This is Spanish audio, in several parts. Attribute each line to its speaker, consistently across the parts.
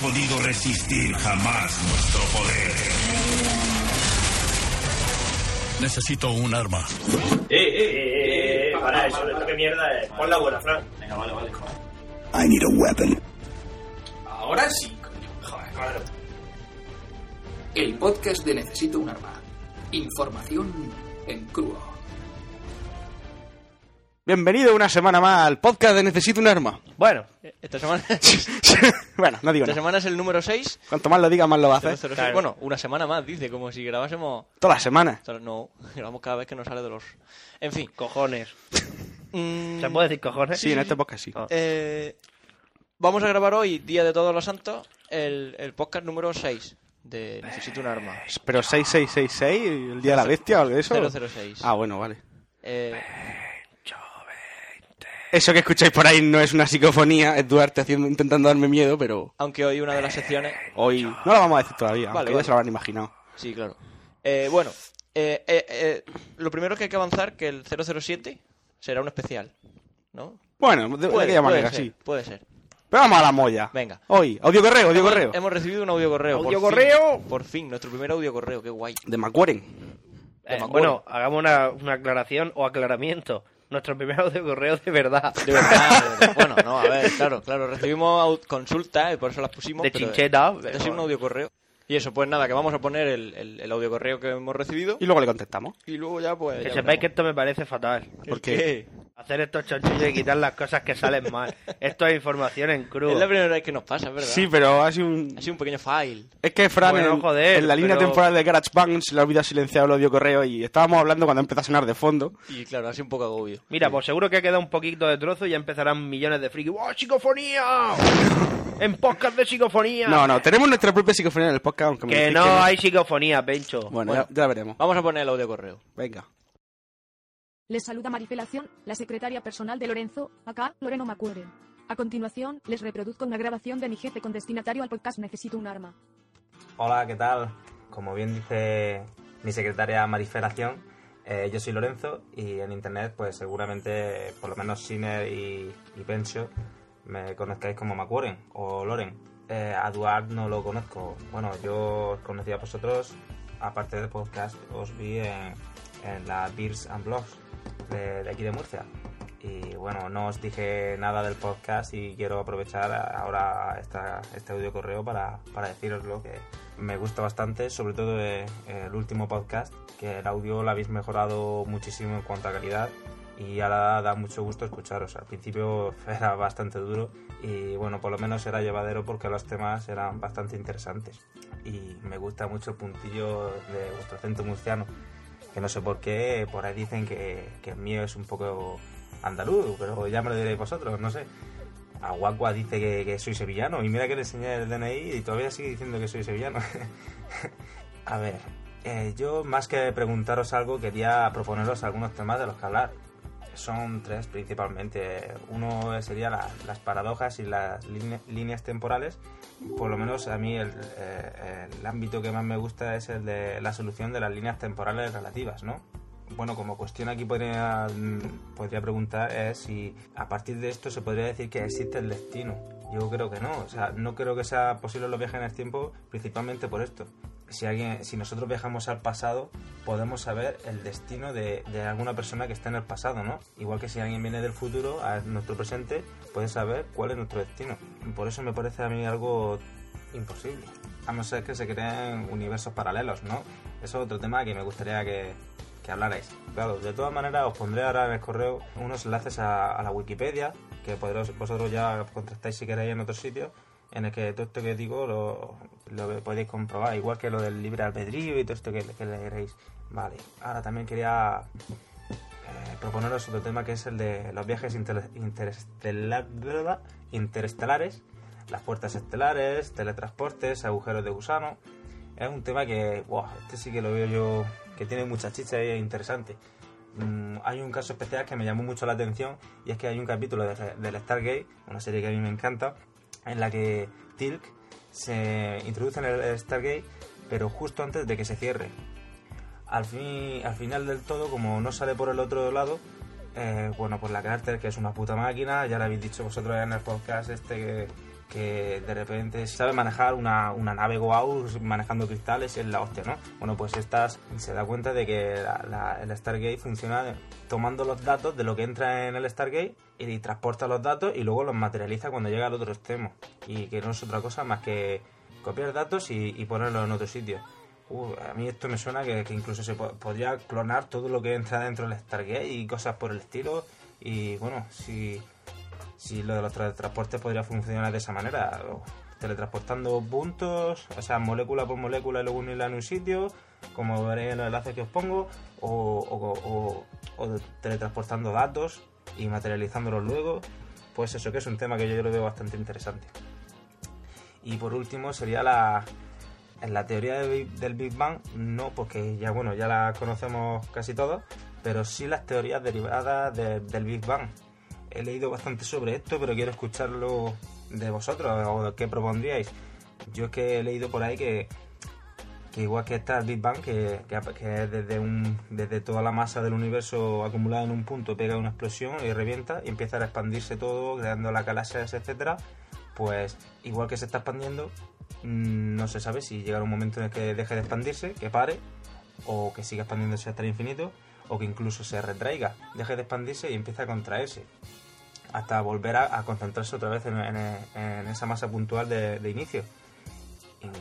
Speaker 1: podido resistir jamás nuestro poder.
Speaker 2: Necesito un arma.
Speaker 3: Eh, eh, eh, eh, para eso, deja que mierda es. Pon la buena, Fran. Venga, vale, vale, joder.
Speaker 1: I need a weapon.
Speaker 4: Ahora sí, coño.
Speaker 3: Joder, claro.
Speaker 4: El podcast de Necesito un arma. Información en crudo.
Speaker 5: Bienvenido una semana más al podcast de Necesito un arma.
Speaker 6: Bueno, eh, esta semana, esta
Speaker 5: bueno, no digo nada.
Speaker 6: semana es el número 6.
Speaker 5: Cuanto más lo digas, más lo va a hacer.
Speaker 6: Bueno, una semana más, dice, como si grabásemos...
Speaker 5: Todas las semanas.
Speaker 6: No, grabamos cada vez que nos sale de los... En fin.
Speaker 3: Cojones.
Speaker 6: mm,
Speaker 3: ¿Se puede decir cojones?
Speaker 5: Sí, en este podcast sí.
Speaker 3: Ah.
Speaker 6: eh, vamos a grabar hoy, Día de Todos los Santos, el, el podcast número 6 de Necesito un arma.
Speaker 5: Pero 6666, el día de la bestia o algo de eso.
Speaker 6: 006.
Speaker 5: Ah, bueno, vale.
Speaker 6: Eh,
Speaker 5: Eso que escucháis por ahí no es una psicofonía, es Duarte haciendo, intentando darme miedo, pero
Speaker 6: aunque hoy una de las secciones...
Speaker 5: hoy no lo vamos a decir todavía,
Speaker 6: Vale,
Speaker 5: aunque ya
Speaker 6: vale.
Speaker 5: se lo habrán imaginado.
Speaker 6: Sí, claro. Eh, bueno, eh, eh, eh, lo primero que hay que avanzar que el 007 será un especial, ¿no?
Speaker 5: Bueno, de, de aquella manera,
Speaker 6: ser,
Speaker 5: sí.
Speaker 6: puede ser.
Speaker 5: Pero vamos a la molla.
Speaker 6: Venga.
Speaker 5: Hoy, audio correo, audio correo.
Speaker 6: Hemos recibido un audio correo.
Speaker 3: ¿Audio
Speaker 6: por
Speaker 3: correo?
Speaker 6: Fin, por fin, nuestro primer audio correo, qué guay.
Speaker 5: De Macuaren.
Speaker 3: Eh,
Speaker 6: Toma,
Speaker 3: bueno, hagamos una, una aclaración o aclaramiento. Nuestro primer audio correo de verdad.
Speaker 6: De verdad, de verdad. bueno, no, a ver, claro, claro, recibimos au- consultas y por eso las pusimos.
Speaker 3: De
Speaker 6: pero, eh,
Speaker 3: chincheta,
Speaker 6: este
Speaker 3: pero-
Speaker 6: es un audio correo. Y eso, pues nada, que vamos a poner el, el, el audio correo que hemos recibido
Speaker 5: Y luego le contestamos.
Speaker 6: y luego ya pues...
Speaker 3: Que
Speaker 6: ya
Speaker 3: sepáis que
Speaker 6: veremos.
Speaker 3: esto me parece fatal.
Speaker 5: ¿Por
Speaker 6: ¿Qué?
Speaker 3: Hacer estos chanchullos y quitar las cosas que salen mal. Esto es información en crudo.
Speaker 6: Es la primera vez que nos pasa, es ¿verdad?
Speaker 5: Sí, pero ha sido un...
Speaker 6: Ha sido un pequeño file.
Speaker 5: Es que Fran,
Speaker 3: Bueno,
Speaker 5: en,
Speaker 3: joder,
Speaker 5: en la línea
Speaker 3: pero-
Speaker 5: temporal de GarageBand se le ha olvidado silenciar el audio correo y estábamos hablando cuando empezó a sonar de fondo.
Speaker 6: Y claro, ha sido un poco agobio.
Speaker 3: Mira, pues seguro que ha quedado un poquito de trozo y ya empezarán millones de friki. ¡Oh, psicofonía! ¡En podcast de psicofonía!
Speaker 5: No, no, tenemos nuestra propia psicofonía en el podcast, aunque me
Speaker 3: Que
Speaker 5: decís
Speaker 3: no hay psicofonía, Pencho.
Speaker 5: Bueno,
Speaker 6: Bueno.
Speaker 5: Ya, ya veremos.
Speaker 6: Vamos a poner el audio correo.
Speaker 5: Venga.
Speaker 7: Les saluda Maripelación, la secretaria personal de Lorenzo, acá Loreno Macuere. A continuación, les reproduzco una grabación de mi jefe con destinatario al podcast Necesito un arma.
Speaker 8: Hola, ¿qué tal? Como bien dice mi secretaria Mariferación, eh, yo soy Lorenzo y en internet, pues seguramente, por lo menos Siner y, y Pencho, me conozcáis como Macuoren o Loren. Eh, a Duarte no lo conozco. Bueno, yo os conocí a vosotros, aparte del podcast, os vi en, en la Beers and Blogs de, de aquí de Murcia. Y bueno, no os dije nada del podcast y quiero aprovechar ahora esta, este audio correo para, para deciroslo que me gusta bastante, sobre todo eh, el último podcast, que el audio lo habéis mejorado muchísimo en cuanto a calidad y ahora da mucho gusto escucharos. Al principio era bastante duro y bueno, por lo menos era llevadero porque los temas eran bastante interesantes y me gusta mucho el puntillo de vuestro acento murciano que no sé por qué, por ahí dicen que, que el mío es un poco andaluz, pero ya me lo diréis vosotros, no sé. Aguacua dice que, que soy sevillano y mira que le enseñé el DNI y todavía sigue diciendo que soy sevillano. A ver, eh, yo más que preguntaros algo quería proponeros algunos temas de los que hablar. Son tres principalmente. Uno sería la- las paradojas y las line- líneas temporales. Por lo menos a mí el, eh, el ámbito que más me gusta es el de la solución de las líneas temporales relativas, ¿no? Bueno, como cuestión aquí podría, mm, podría preguntar es si a partir de esto se podría decir que existe el destino. Yo creo que no, o sea, no creo que sea posible los viajes en el tiempo principalmente por esto. Si, alguien, si nosotros viajamos al pasado, podemos saber el destino de, de alguna persona que está en el pasado, ¿no? Igual que si alguien viene del futuro a nuestro presente, puede saber cuál es nuestro destino. Por eso me parece a mí algo imposible. A no ser que se creen universos paralelos, ¿no? Eso es otro tema que me gustaría que, que hablarais. Claro, de todas maneras os pondré ahora en el correo unos enlaces a, a la Wikipedia, que podréis, vosotros ya contactáis si queréis en otro sitio, en el que todo esto que digo lo, lo podéis comprobar, igual que lo del libre albedrío y todo esto que, que leeréis. Vale, ahora también quería eh, proponeros otro tema que es el de los viajes inter- interestelar- blablabla, interestelares, las puertas estelares, teletransportes, agujeros de gusano. Es un tema que, buah, este sí que lo veo yo, que tiene mucha chicha y es interesante. Mm, hay un caso especial que me llamó mucho la atención y es que hay un capítulo de, del Stargate, una serie que a mí me encanta, en la que Tilk se introduce en el Stargate, pero justo antes de que se cierre al, fin, al final del todo, como no sale por el otro lado, eh, bueno, pues la Carter, que es una puta máquina, ya lo habéis dicho vosotros en el podcast este que, que de repente sabe manejar una, una nave Goa'uld manejando cristales en la hostia, ¿no? Bueno, pues estas se da cuenta de que la, la- el Stargate funciona tomando los datos de lo que entra en el Stargate y transporta los datos y luego los materializa cuando llega al otro extremo. Y que no es otra cosa más que copiar datos y, y ponerlos en otro sitio. Uh, a mí esto me suena que, que incluso se po- podría clonar todo lo que entra dentro del Stargate y cosas por el estilo. Y bueno, si si lo de los tra- transportes podría funcionar de esa manera, o teletransportando puntos, o sea, molécula por molécula y luego unirla en un sitio, como veréis en los enlaces que os pongo, o, o- o- o teletransportando datos y materializándolos luego, pues eso que es un tema que yo lo veo bastante interesante. Y por último sería la, en la teoría de Big- del Big Bang, no, porque ya bueno, ya la conocemos casi todos, pero sí las teorías derivadas de- del Big Bang. He leído bastante sobre esto, pero quiero escucharlo de vosotros o de qué propondríais. Yo es que he leído por ahí que, que igual que está el Big Bang, que, que- que es desde, un, desde toda la masa del universo acumulada en un punto, pega una explosión y revienta y empieza a expandirse todo, creando las galaxias, etcétera pues igual que se está expandiendo, mm, no se sabe si llegará un momento en el que deje de expandirse, que pare, o que siga expandiéndose hasta el infinito, o que incluso se retraiga, deje de expandirse y empiece a contraerse, hasta volver a, a concentrarse otra vez en, en- en esa masa puntual de, de inicio.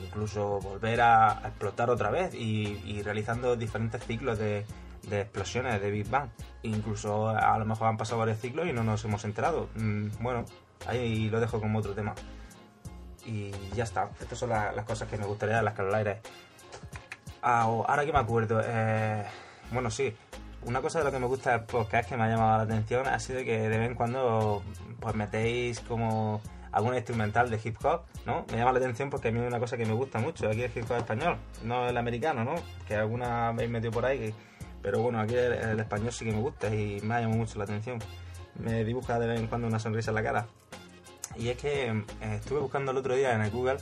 Speaker 8: Incluso volver a, a explotar otra vez y, y realizando diferentes ciclos de, de explosiones de Big Bang. Incluso a lo mejor han pasado varios ciclos y no nos hemos enterado. Mm, Bueno, ahí lo dejo como otro tema. Y ya está. Estas son la- las cosas que me gustaría de las calolaires. Ah, o- ahora que me acuerdo, eh, bueno, sí. Una cosa de lo que me gusta del podcast que me ha llamado la atención ha sido que de vez en cuando pues metéis como algún instrumental de hip hop, ¿no? Me llama la atención porque a mí es una cosa que me gusta mucho. Aquí el hip hop español, no el americano, ¿no? Que alguna habéis metido por ahí. que- pero bueno, aquí el, el español sí que me gusta y me ha llamado mucho la atención. Me dibuja de vez en cuando una sonrisa en la cara. Y es que eh, estuve buscando el otro día en el Google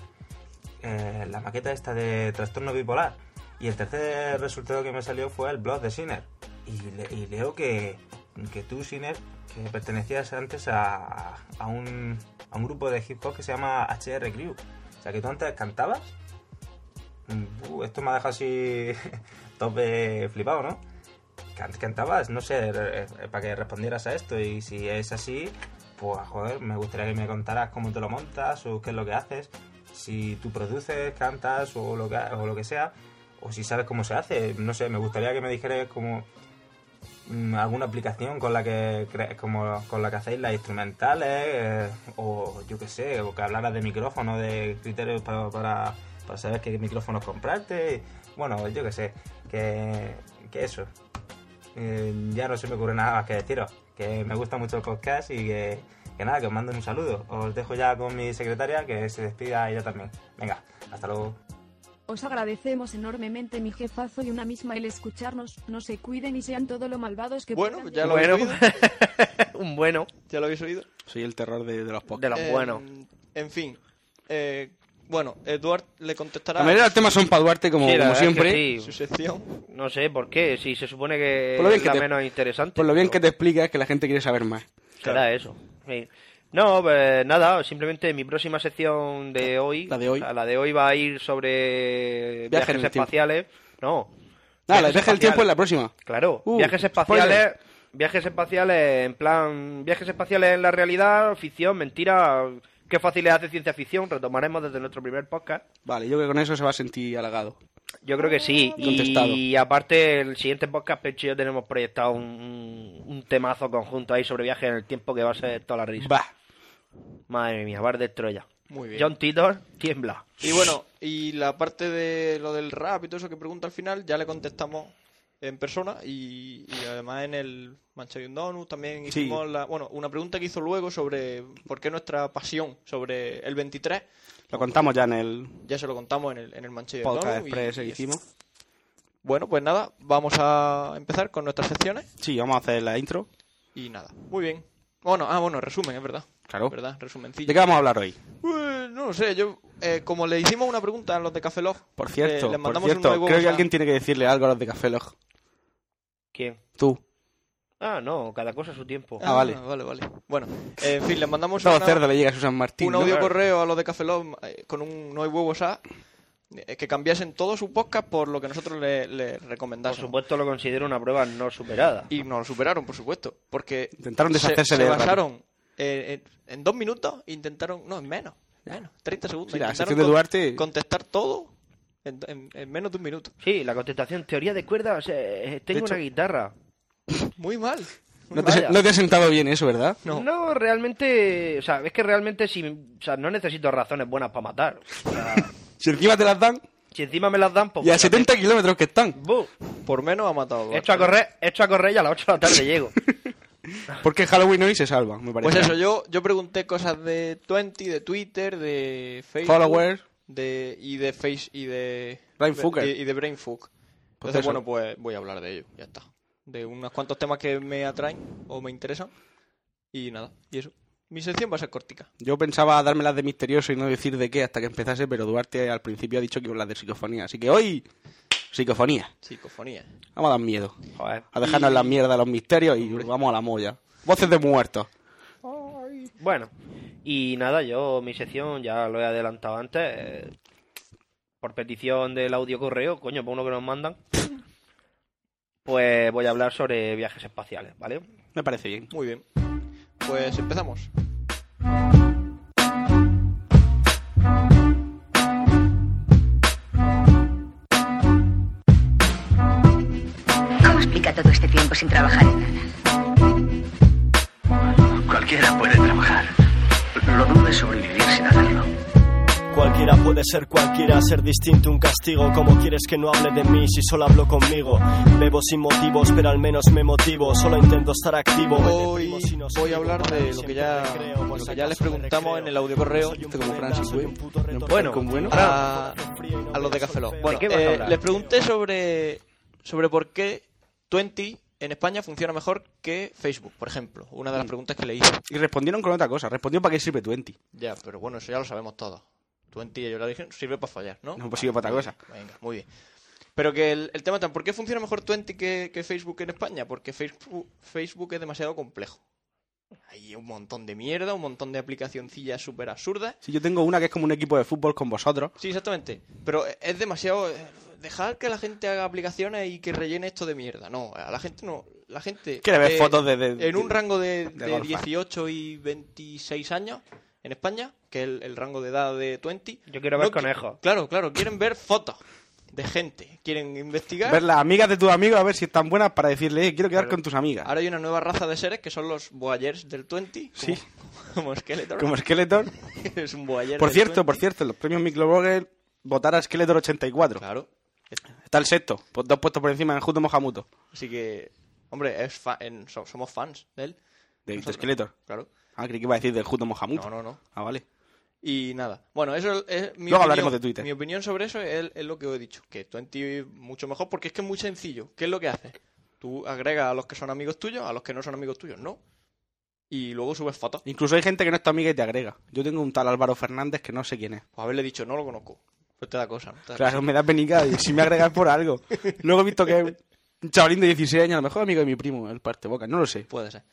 Speaker 8: eh, la maqueta esta de trastorno bipolar. Y el tercer resultado que me salió fue el blog de Sinner. Y, le- y leo que, que tú, Sinner, que pertenecías antes a, a un, a un grupo de hip hop que se llama HR Crew. O sea, que tú antes cantabas. Mm, uh, esto me ha dejado así tope flipado, ¿no? Can- Cantabas, no sé, re- eh, para que respondieras a esto. Y si es así, pues joder, me gustaría que me contaras cómo te lo montas o qué es lo que haces. Si tú produces, cantas o lo que, o lo que sea. O si sabes cómo se hace. No sé, me gustaría que me dijeras como mm, alguna aplicación con la que cre- como con la que hacéis las instrumentales eh, o yo qué sé o que hablaras de micrófono de criterios pa- para, para saber qué micrófonos comprarte bueno yo qué sé que, que eso Eh, ya no se me ocurre nada más que deciros que me gusta mucho el podcast y que, que nada que os manden un saludo os dejo ya con mi secretaria que se despida ella también venga hasta luego
Speaker 7: Os agradecemos enormemente mi jefazo y una misma el escucharnos, no se cuiden y sean todo lo malvados que
Speaker 6: Bueno,
Speaker 7: puedan.
Speaker 6: ya lo
Speaker 3: Bueno.
Speaker 6: habéis oído.
Speaker 3: Un bueno
Speaker 6: Ya lo habéis oído.
Speaker 5: Soy el terror de, de los
Speaker 3: de
Speaker 5: podcasts.
Speaker 3: los
Speaker 6: Eh,
Speaker 3: buenos.
Speaker 6: En fin. eh, bueno, Eduard le contestará
Speaker 5: La mayoría de los temas son para Duarte, como,
Speaker 3: Sí, la
Speaker 5: como
Speaker 3: verdad es que
Speaker 5: siempre.
Speaker 6: su
Speaker 3: sí.
Speaker 6: sección.
Speaker 3: No sé por qué, si se supone que
Speaker 5: Por lo bien
Speaker 3: es
Speaker 5: que
Speaker 3: la
Speaker 5: te-
Speaker 3: menos interesante.
Speaker 5: Por lo bien que
Speaker 3: pero
Speaker 5: te explicas, que la gente quiere saber más.
Speaker 3: Será eso. Sí. No, pues nada, simplemente mi próxima sección de hoy.
Speaker 5: La de hoy.
Speaker 3: o sea, La de hoy va a ir sobre
Speaker 5: Viajes
Speaker 3: viajes
Speaker 5: en el tiempo.
Speaker 3: espaciales. No.
Speaker 5: Nada, la
Speaker 3: viajes
Speaker 5: deja el tiempo en
Speaker 3: espaciales.
Speaker 5: la próxima.
Speaker 3: Claro,
Speaker 5: Uh,
Speaker 3: viajes espaciales,
Speaker 5: spoiler.
Speaker 3: viajes espaciales en plan, viajes espaciales en la realidad, ficción, mentira, qué facilidad de ciencia ficción, retomaremos desde nuestro primer podcast.
Speaker 5: Vale, yo creo que con eso se va a sentir halagado.
Speaker 3: Yo creo que sí,
Speaker 5: Contestado.
Speaker 3: y aparte el siguiente podcast, Pecho y yo tenemos proyectado un, un- un temazo conjunto ahí sobre viajes en el tiempo que va a ser toda la risa.
Speaker 5: Va.
Speaker 3: Madre mía, Bar de Troya.
Speaker 6: Muy bien.
Speaker 3: John Titor, tiembla.
Speaker 6: Y bueno, y la parte de lo del rap y todo eso que pregunta al final, ya le contestamos en persona y, y además en el Manchester Donut también
Speaker 5: Sí.
Speaker 6: hicimos la, bueno, una pregunta que hizo luego sobre por qué nuestra pasión sobre el 23,
Speaker 5: Lo contamos ya en el
Speaker 6: ya se lo contamos en el, en el Manchester
Speaker 5: podcast
Speaker 6: Donut y-
Speaker 5: express que
Speaker 6: y-
Speaker 5: hicimos.
Speaker 6: Bueno, pues nada, vamos a empezar con nuestras secciones
Speaker 5: Sí, vamos a hacer la intro.
Speaker 6: y nada. Muy bien. Bueno, ah, bueno, resumen, es verdad.
Speaker 5: Claro.
Speaker 6: ¿Verdad?
Speaker 5: ¿De
Speaker 6: Resumencillo.
Speaker 5: qué vamos a hablar hoy?
Speaker 6: Eh, no lo sé, yo eh, como le hicimos una pregunta a los de Café Log,
Speaker 5: Por
Speaker 6: eh,
Speaker 5: cierto,
Speaker 6: les
Speaker 5: por
Speaker 6: mandamos un
Speaker 5: cierto
Speaker 6: nuevo
Speaker 5: creo que
Speaker 6: a-
Speaker 5: alguien tiene que decirle algo a los de Café Log.
Speaker 3: ¿Quién?
Speaker 5: Tú.
Speaker 3: Ah, no, cada cosa a su tiempo.
Speaker 5: Ah, vale.
Speaker 6: Vale, vale. Bueno, eh, en fin, les mandamos
Speaker 5: Todo
Speaker 6: una-
Speaker 5: cerdo le llega a Susan Martín.
Speaker 6: un
Speaker 5: ¿no?
Speaker 6: audio correo a los de Café Lock, eh, con un no hay huevos a eh, que cambiasen todo su podcast por lo que nosotros le, le
Speaker 3: Por
Speaker 6: recomendásemos.
Speaker 3: supuesto lo considero una prueba no superada.
Speaker 6: Y nos lo superaron, por supuesto, porque
Speaker 5: Intentaron
Speaker 6: se-
Speaker 5: deshacerse de
Speaker 6: se,
Speaker 5: él
Speaker 6: basaron eh, en, en dos minutos, e intentaron, no, en menos, menos, 30 segundos.
Speaker 5: Sí, la
Speaker 6: intentaron
Speaker 5: sección de
Speaker 6: con-
Speaker 5: Duarte-
Speaker 6: contestar todo en, en- en menos de un minuto.
Speaker 3: Sí, la contestación, teoría de cuerdas, eh, eh, tengo
Speaker 5: hecho-
Speaker 3: una guitarra.
Speaker 6: Muy mal.
Speaker 5: No te,
Speaker 3: Vaya.
Speaker 5: no te has sentado bien eso, ¿verdad?
Speaker 6: No.
Speaker 3: No. realmente, o sea, es que realmente si, o sea, no necesito razones buenas para matar. O sea,
Speaker 5: Si encima te las dan,
Speaker 3: si encima me las dan, pues...
Speaker 5: y a
Speaker 3: bueno,
Speaker 5: 70 kilómetros que están.
Speaker 3: bu,
Speaker 6: Por menos ha matado. a Duarte.
Speaker 3: Echo a correr, echo a correr y a las 8 de la tarde llego.
Speaker 5: Porque Halloween hoy se salva, me parece.
Speaker 6: Pues eso, yo, yo pregunté cosas de Twenty, de Twitter, de Facebook.
Speaker 5: Followers.
Speaker 6: De, y de Face. Y de.
Speaker 5: Brainfucker.
Speaker 6: de- Y, de Brainfuck.
Speaker 5: Pues
Speaker 6: Entonces,
Speaker 5: eso.
Speaker 6: bueno, pues voy a hablar de ello, ya está. De unos cuantos temas que me atraen o me interesan. Y nada, y eso. Mi sección va a ser cortica.
Speaker 5: Yo pensaba dármelas de misterioso y no decir de qué hasta que empezase, pero Duarte al principio ha dicho que iba a hablar de psicofonía. Así que hoy, psicofonía.
Speaker 6: Psicofonía.
Speaker 5: Vamos a dar miedo.
Speaker 3: Joder.
Speaker 5: A dejarnos
Speaker 6: Y-
Speaker 5: la mierda, los misterios y vamos a la molla. Voces de muertos.
Speaker 3: Bueno, y nada, yo mi sección ya lo he adelantado antes. eh, por petición del audio correo, coño, por uno que nos mandan. Pues voy a hablar sobre viajes espaciales, ¿vale?
Speaker 5: Me parece bien.
Speaker 6: Muy bien. Pues empezamos.
Speaker 9: ¿Cómo explica todo este tiempo sin trabajar en nada?
Speaker 1: Cualquiera puede trabajar. Lo duro es sobrevivir sin hacerlo.
Speaker 10: Cualquiera puede ser cualquiera, ser distinto un castigo. Como quieres que no hable de mí si solo hablo conmigo? Bebo sin motivos, pero al menos me motivo. Solo intento estar activo.
Speaker 6: Hoy voy a hablar de lo que ya,
Speaker 10: pues,
Speaker 6: lo que ya les preguntamos en el audio correo este,
Speaker 5: Esto como Francis Wade. No puede
Speaker 3: Bueno,
Speaker 5: ser con bueno.
Speaker 6: a, Ah, a los de Café Lock. Bueno,
Speaker 3: qué vas a
Speaker 6: eh,
Speaker 3: hablar?
Speaker 6: les pregunté sobre, sobre por qué Twenty en España funciona mejor que Facebook, por ejemplo. Una
Speaker 3: Mm.
Speaker 6: de las preguntas que le hice.
Speaker 5: Y respondieron con otra cosa. Respondió para qué sirve Twenty.
Speaker 6: Ya, pero bueno, eso ya lo sabemos todos. Twenty, yo le dije, sirve para fallar, ¿no?
Speaker 5: No, pues sirve para otra cosa.
Speaker 6: Venga, muy bien. Pero que el, el tema está, ¿por qué funciona mejor Twenty que, que Facebook en España? Porque Facebook, Facebook es demasiado complejo. Hay un montón de mierda, un montón de aplicacioncillas súper absurdas.
Speaker 5: Si yo tengo una que es como un equipo de fútbol con vosotros.
Speaker 6: Sí, exactamente. Pero es demasiado... eh, Dejar que la gente haga aplicaciones y que rellene esto de mierda. No, a la gente no... La gente...
Speaker 5: Quiere ver
Speaker 6: eh,
Speaker 5: fotos de- de-
Speaker 6: En un rango de,
Speaker 5: de
Speaker 6: de
Speaker 5: golfa.
Speaker 6: 18 y 26 años en España, que es el, el rango de edad de 20...
Speaker 3: Yo quiero ver
Speaker 6: qui-
Speaker 3: conejos.
Speaker 6: Claro, claro. Quieren ver fotos de gente. Quieren investigar.
Speaker 5: Ver las amigas de tus amigos a ver si están buenas para decirle, "Eh, quiero quedar con tus amigas.
Speaker 6: Ahora hay una nueva raza de seres que son los voyeurs del 20.
Speaker 5: Sí.
Speaker 6: Como, como Skeletor.
Speaker 5: Como Skeletor.
Speaker 6: es un voyeur
Speaker 5: Por
Speaker 6: del
Speaker 5: cierto,
Speaker 6: 20.
Speaker 5: por cierto, en los premios Microblogger votar a Skeletor 84.
Speaker 6: Claro.
Speaker 5: Está el sexto, pues dos puestos por encima de Justo Mohamuto,
Speaker 6: Así que, hombre, es fa- en- so- somos fans de él.
Speaker 5: de, de
Speaker 6: Nosotros.
Speaker 5: Skeletor.
Speaker 6: Claro.
Speaker 5: Ah, creí que iba a decir del Justo Mohamuto.
Speaker 6: No, no, no.
Speaker 5: Ah, vale.
Speaker 6: Y nada. Bueno, eso es mi
Speaker 5: Luego
Speaker 6: opinión.
Speaker 5: hablaremos de Twitter.
Speaker 6: Mi opinión sobre eso es, es lo que he dicho. Que 20 es mucho mejor porque es que es muy sencillo. ¿Qué es lo que hace? Tú agregas a los que son amigos tuyos, a los que no son amigos tuyos, no. Y luego subes fotos. Pues
Speaker 5: Incluso hay gente que no es tu amiga y te agrega. Yo tengo un tal Álvaro Fernández que no sé quién es.
Speaker 6: Pues haberle dicho, no lo conozco. Pues te da cosa, ¿no? Te da
Speaker 5: Claro, me da penica y si me agregas por algo. Luego he visto que es un chavalín de 16 años, a lo mejor amigo de mi primo, el parte boca, no lo sé.
Speaker 6: Puede ser.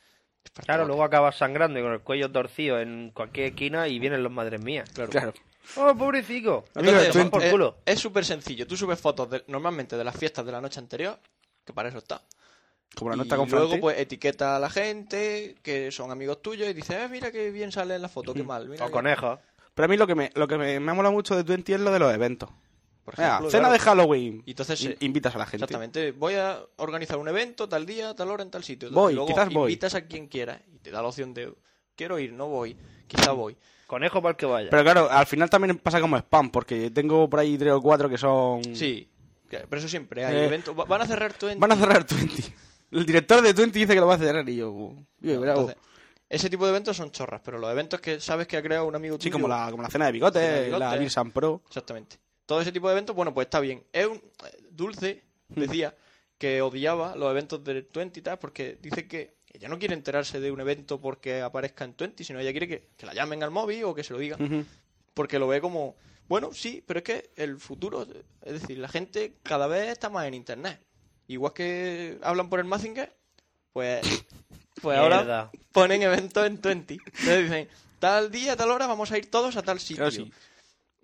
Speaker 6: Es parte
Speaker 3: Claro,
Speaker 6: de
Speaker 3: luego acabas sangrando y con el cuello torcido en cualquier esquina y vienen los madres mías.
Speaker 6: Claro.
Speaker 5: Claro.
Speaker 3: ¡Oh, pobrecico!
Speaker 5: Amigo
Speaker 6: Entonces,
Speaker 5: del
Speaker 3: Van por
Speaker 6: es-
Speaker 3: culo.
Speaker 6: Es súper sencillo. Tú subes fotos de- normalmente de las fiestas de la noche anterior, que para eso está.
Speaker 5: Como la
Speaker 6: y
Speaker 5: nota con
Speaker 6: luego
Speaker 5: Francis.
Speaker 6: pues etiqueta a la gente que son amigos tuyos y dices, eh, mira qué bien sale en la foto, qué mal. Mira
Speaker 3: O
Speaker 6: qué-
Speaker 3: conejos.
Speaker 5: Pero a mí lo que me, lo que me, me ha molado mucho de Twenty es lo de los eventos.
Speaker 6: Por
Speaker 5: Venga,
Speaker 6: ejemplo,
Speaker 5: cena
Speaker 6: claro.
Speaker 5: de Halloween.
Speaker 6: Y entonces
Speaker 5: In-
Speaker 6: se-
Speaker 5: invitas a la gente.
Speaker 6: Exactamente. Voy a organizar un evento tal día, tal hora, en tal sitio.
Speaker 5: Voy,
Speaker 6: y luego
Speaker 5: quizás voy.
Speaker 6: invitas a quien quiera y te da la opción de quiero ir, no voy, quizá
Speaker 5: Mm.
Speaker 6: voy.
Speaker 3: Conejo para el que vaya.
Speaker 5: Pero claro, al final también pasa como spam, porque tengo por ahí tres o cuatro que son...
Speaker 6: Sí, que- pero eso siempre hay
Speaker 5: Mm. Eh,
Speaker 6: eventos. Va- Van a cerrar tu
Speaker 5: Van a cerrar 20. El director de 20 dice que lo va a cerrar y yo... uh, yo, bravo.
Speaker 6: Entonces, ese tipo de eventos son chorras, pero los eventos que sabes que ha creado un amigo
Speaker 5: sí,
Speaker 6: tuyo-
Speaker 5: como la, como la cena de bigotes,
Speaker 6: Cena de bigotes.
Speaker 5: la Virsan Pro.
Speaker 6: Exactamente. Todo ese tipo de eventos, bueno, pues está bien. Es un eh, dulce, decía, que odiaba los eventos de 20 y tal, porque dice que ella no quiere enterarse de un evento porque aparezca en 20, sino ella quiere que, que la llamen al móvil o que se lo digan. Porque lo ve como, bueno, sí, pero es que el futuro, es decir, la gente cada vez está más en Internet. Igual que hablan por el Mazinger, Pues, pues ahora
Speaker 2: Mierda.
Speaker 6: ponen eventos en 20. Entonces dicen, tal día, tal hora, vamos a ir todos a tal sitio.
Speaker 5: Claro, sí.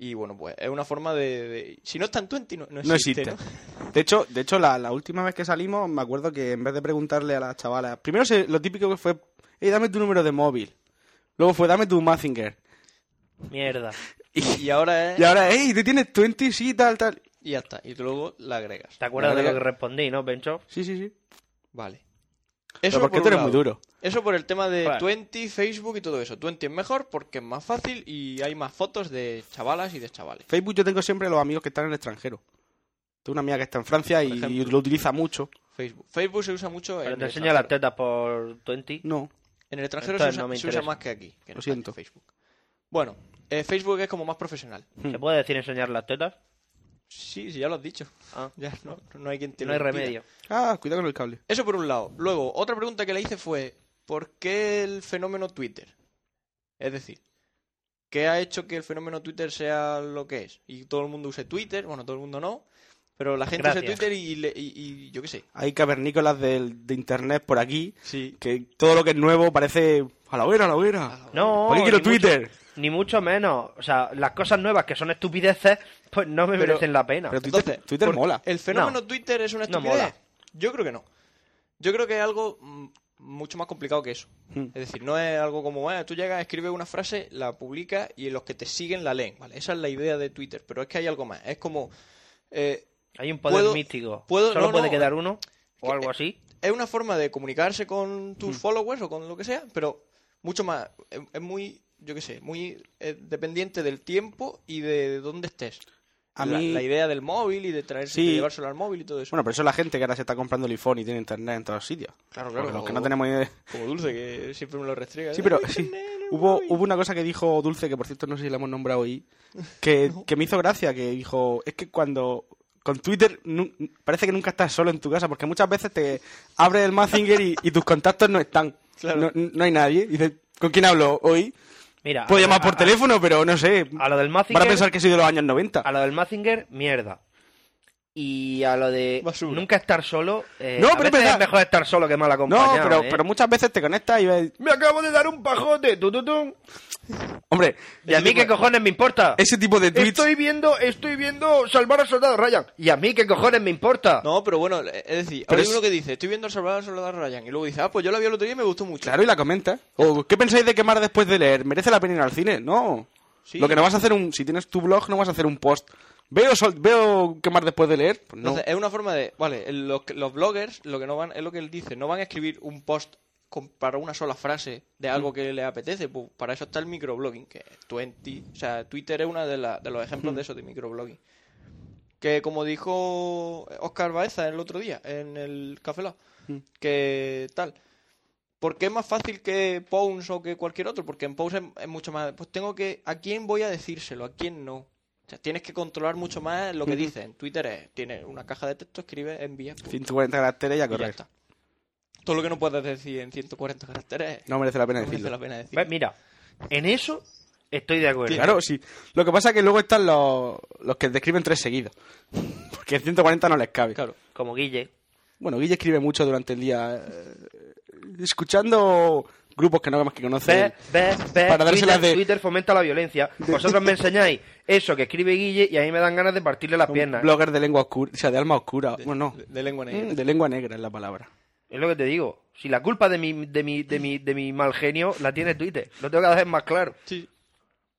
Speaker 6: Y bueno, pues es una forma de... de- Si no está en 20, no, no
Speaker 5: No
Speaker 6: existe,
Speaker 5: existe. De hecho, de hecho la, la última vez que salimos, me acuerdo que en vez de preguntarle a las chavalas, primero se- lo típico que fue, hey, dame tu número de móvil. Luego fue, dame tu Mazinger.
Speaker 2: Mierda.
Speaker 6: ¿no? Y ahora es...
Speaker 5: Y ahora, hey, tú tienes 20, sí, tal, tal.
Speaker 6: Y ya está. Y luego la agregas.
Speaker 2: ¿Te acuerdas
Speaker 5: Madre
Speaker 2: de lo
Speaker 5: mía.
Speaker 2: que respondí, no, Pencho?
Speaker 5: Sí, sí, sí.
Speaker 6: Vale.
Speaker 5: Pero porque
Speaker 6: por
Speaker 5: tú
Speaker 6: un
Speaker 5: eres muy
Speaker 6: lado.
Speaker 5: duro.
Speaker 6: Eso por el tema de
Speaker 2: Claro.
Speaker 6: 20, Facebook y todo eso. 20 es mejor porque es más fácil y hay más fotos de chavalas y de chavales.
Speaker 5: Facebook yo tengo siempre los amigos que están en el extranjero. Tengo una amiga que está en Francia y,
Speaker 6: ejemplo.
Speaker 5: lo utiliza mucho.
Speaker 6: Facebook. Facebook se usa mucho
Speaker 2: Pero
Speaker 6: en
Speaker 2: te
Speaker 6: el
Speaker 2: enseña las
Speaker 6: extranjero.
Speaker 2: tetas por 20.
Speaker 5: No.
Speaker 6: En el extranjero se
Speaker 2: Entonces
Speaker 6: usa,
Speaker 2: no me
Speaker 6: se usa
Speaker 2: interesa.
Speaker 6: más que aquí. que en
Speaker 5: Lo
Speaker 6: España,
Speaker 5: siento.
Speaker 6: Facebook. Bueno, eh, Facebook es como más profesional.
Speaker 2: ¿Se puede decir enseñar las tetas?
Speaker 6: Sí, sí, ya lo has dicho.
Speaker 2: Ah.
Speaker 6: Ya no, no hay quien te
Speaker 2: No
Speaker 6: lo
Speaker 2: hay
Speaker 6: impida.
Speaker 2: remedio.
Speaker 5: Ah, cuidado con el cable.
Speaker 6: Eso por un lado. Luego, otra pregunta que le hice fue, ¿por qué el fenómeno Twitter? Es decir, ¿qué ha hecho que el fenómeno Twitter sea lo que es? Y todo el mundo use Twitter, bueno, todo el mundo no, pero la gente use
Speaker 2: Gracias.
Speaker 6: Twitter y, le- y- y yo qué sé.
Speaker 5: Hay cavernícolas del- de internet por aquí
Speaker 6: Sí.
Speaker 5: que todo lo que es nuevo parece a la hoguera, a la
Speaker 6: A
Speaker 5: hoguera.
Speaker 6: la
Speaker 2: No,
Speaker 5: ¿Por qué quiero
Speaker 2: ni mucho-
Speaker 5: Twitter?
Speaker 2: ni mucho menos. O sea, las cosas nuevas que son estupideces, pues no me
Speaker 6: Pero-
Speaker 2: merecen la pena.
Speaker 5: pero Twitter-
Speaker 6: Entonces,
Speaker 5: Twitter
Speaker 6: ¿por-
Speaker 5: mola.
Speaker 6: ¿El fenómeno
Speaker 2: No.
Speaker 6: Twitter es una
Speaker 2: No
Speaker 6: estupidez?
Speaker 2: mola.
Speaker 6: Yo creo que no. Yo creo que es algo mm, mucho más complicado que eso.
Speaker 5: Hmm.
Speaker 6: Es decir, no es algo como, "Ah, tú llegas, escribes una frase, la publicas y los que te siguen la leen. ¿vale? Esa es la idea de Twitter, pero es que hay algo más. Es como... eh,
Speaker 2: Hay un poder
Speaker 6: puedo-
Speaker 2: místico.
Speaker 6: puedo-
Speaker 2: Solo
Speaker 6: no,
Speaker 2: puede
Speaker 6: no,
Speaker 2: quedar uno o
Speaker 6: que-
Speaker 2: algo así.
Speaker 6: es una forma de comunicarse con tus
Speaker 5: Hmm.
Speaker 6: followers o con lo que sea, pero mucho más. Es, es muy, yo qué sé, muy eh, dependiente del tiempo y de, dónde estés.
Speaker 5: A
Speaker 6: la,
Speaker 5: mí-
Speaker 6: la idea del móvil y de traerse,
Speaker 5: Sí.
Speaker 6: de llevárselo al móvil y todo eso.
Speaker 5: Bueno, pero eso es la gente que ahora se está comprando el iPhone y tiene internet en todos sitios.
Speaker 6: claro,
Speaker 5: Porque los que no
Speaker 6: como-
Speaker 5: tenemos idea.
Speaker 6: Como dulce, que siempre me lo restriega.
Speaker 5: Sí,
Speaker 6: ¿eh?
Speaker 5: pero
Speaker 6: Uy,
Speaker 5: sí.
Speaker 6: internet, no
Speaker 5: Hubo,
Speaker 6: voy.
Speaker 5: hubo una cosa que dijo Dulce, que por cierto no sé si la hemos nombrado hoy, que, que me hizo gracia, que dijo, es que cuando con Twitter nu- parece que nunca estás solo en tu casa, porque muchas veces te abres el Mazinger y, y tus contactos no están.
Speaker 6: Claro.
Speaker 5: No, no hay nadie. Dices, ¿con quién hablo hoy?
Speaker 2: Mira,
Speaker 5: Puedo
Speaker 2: a-
Speaker 5: llamar por
Speaker 2: a-
Speaker 5: teléfono, pero no sé.
Speaker 2: a lo del Mazinger-
Speaker 5: Van a pensar que soy de los años 90.
Speaker 2: A lo del Mazinger, mierda. Y a lo de
Speaker 6: Basura.
Speaker 2: nunca estar solo. eh,
Speaker 5: No,
Speaker 2: a
Speaker 5: pero
Speaker 2: veces
Speaker 5: es verdad.
Speaker 2: es mejor estar solo que mal
Speaker 5: No,
Speaker 2: acompañado.
Speaker 5: pero,
Speaker 2: ¿eh?
Speaker 5: pero muchas veces te conectas y ves,
Speaker 2: Me acabo de dar un pajote. tu, tu, tu.
Speaker 5: hombre,
Speaker 2: ¿Y a mí qué cojones me importa?
Speaker 5: ese tipo de tweets...
Speaker 2: Estoy viendo, estoy viendo salvar a soldado Ryan. ¿Y a mí qué cojones me importa?
Speaker 6: No, pero bueno, eh, es decir,
Speaker 5: Pero
Speaker 6: hay
Speaker 5: es-
Speaker 6: uno que dice, estoy viendo el Salvador Soldado Ryan, y luego dice, ah, pues yo la vi el otro día y me gustó mucho.
Speaker 5: Claro, y la comenta. O, ¿qué pensáis de quemar después de leer? ¿Merece la pena ir al cine? No. Lo que no vas a hacer un... Si tienes tu blog, no vas a hacer un post. ¿Veo, sol- veo quemar después de leer? Pues no.
Speaker 6: Entonces, es una forma de. Vale, el- los, los bloggers, lo que no van, es lo que él dice, no van a escribir un post con- para una sola frase de
Speaker 5: Mm.
Speaker 6: algo que les apetece. pues, para eso está el microblogging, que es 20. O sea, Twitter es uno de, la- de los
Speaker 5: Mm.
Speaker 6: ejemplos de eso, de microblogging. Que como dijo Oscar Baeza el otro día en el Café Lock,
Speaker 5: Mm.
Speaker 6: que tal. Porque es más fácil que Pons o que cualquier otro, porque en Pons es, es mucho más. Pues tengo que. ¿A quién voy a decírselo? ¿A quién no? O sea, tienes que controlar mucho más lo que
Speaker 5: Ujú.
Speaker 6: dices. En Twitter es, tiene una caja de texto, escribe, envía. punto.
Speaker 5: 140 caracteres y a
Speaker 6: eh, Y ya
Speaker 5: correr.
Speaker 6: está. Todo lo que no puedes decir en 140 caracteres.
Speaker 5: No merece la pena
Speaker 6: no merece
Speaker 5: decirlo.
Speaker 6: la pena decir.
Speaker 2: Pues mira, en eso estoy de acuerdo.
Speaker 5: Claro, sí. Lo que pasa es que luego están los, los que describen tres seguidos. Porque en 140 no les cabe.
Speaker 6: Claro.
Speaker 2: Como Guille.
Speaker 5: Bueno, Guille escribe mucho durante el día. eh, escuchando grupos que no más que conoce.
Speaker 2: Ve, ve, ve,
Speaker 5: Eh, Para dárselas
Speaker 2: Twitter,
Speaker 5: de-
Speaker 2: Twitter fomenta la violencia. Vosotros me enseñáis eso que escribe Guille y a mí me dan ganas de partirle las
Speaker 5: Un
Speaker 2: piernas.
Speaker 5: blogger de lengua oscura. O sea, de alma oscura. bueno, no.
Speaker 6: de- de lengua negra.
Speaker 5: Mm, De lengua negra es la palabra.
Speaker 2: Es lo que te digo. Si la culpa de mi, de mi, de mi, de mi mal genio la tiene Twitter. Lo tengo que hacer más claro.
Speaker 6: Sí.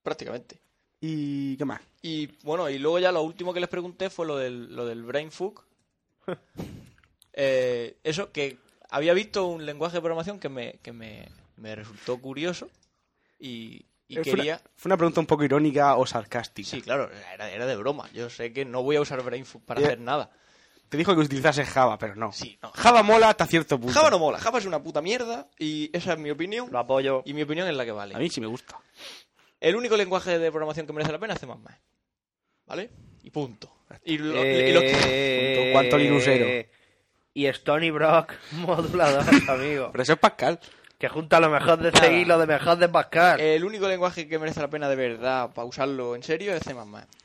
Speaker 6: Prácticamente.
Speaker 5: ¿Y qué más?
Speaker 6: Y bueno, y luego ya lo último que les pregunté fue lo del, lo del brain fog. Eh, eso, que había visto un lenguaje de programación que me, que me, me resultó curioso y, y
Speaker 5: Eh, fue,
Speaker 6: quería...
Speaker 5: una, fue una pregunta un poco irónica o sarcástica.
Speaker 6: Sí, claro, era, era de broma. Yo sé que no voy a usar brain fog para
Speaker 5: Ya.
Speaker 6: hacer nada.
Speaker 5: Te dijo que utilizase Java, pero no.
Speaker 6: Sí, no.
Speaker 5: Java mola hasta cierto punto.
Speaker 6: Java no mola, Java es una puta mierda y esa es mi opinión.
Speaker 2: Lo apoyo.
Speaker 6: Y mi opinión es la que vale.
Speaker 5: A mí sí me gusta.
Speaker 6: El único lenguaje de programación que merece la pena es C++. ¿Vale? Y punto. Y lo, y lo-
Speaker 2: Eh,
Speaker 5: ¿Cuánto linusero?
Speaker 2: Y Stony Brock modulador, amigo.
Speaker 5: Pero eso es Pascal.
Speaker 2: Que junta lo mejor de C y lo de mejor de Pascal.
Speaker 5: Eh.
Speaker 6: El único lenguaje que merece la pena de verdad para usarlo en serio es C++.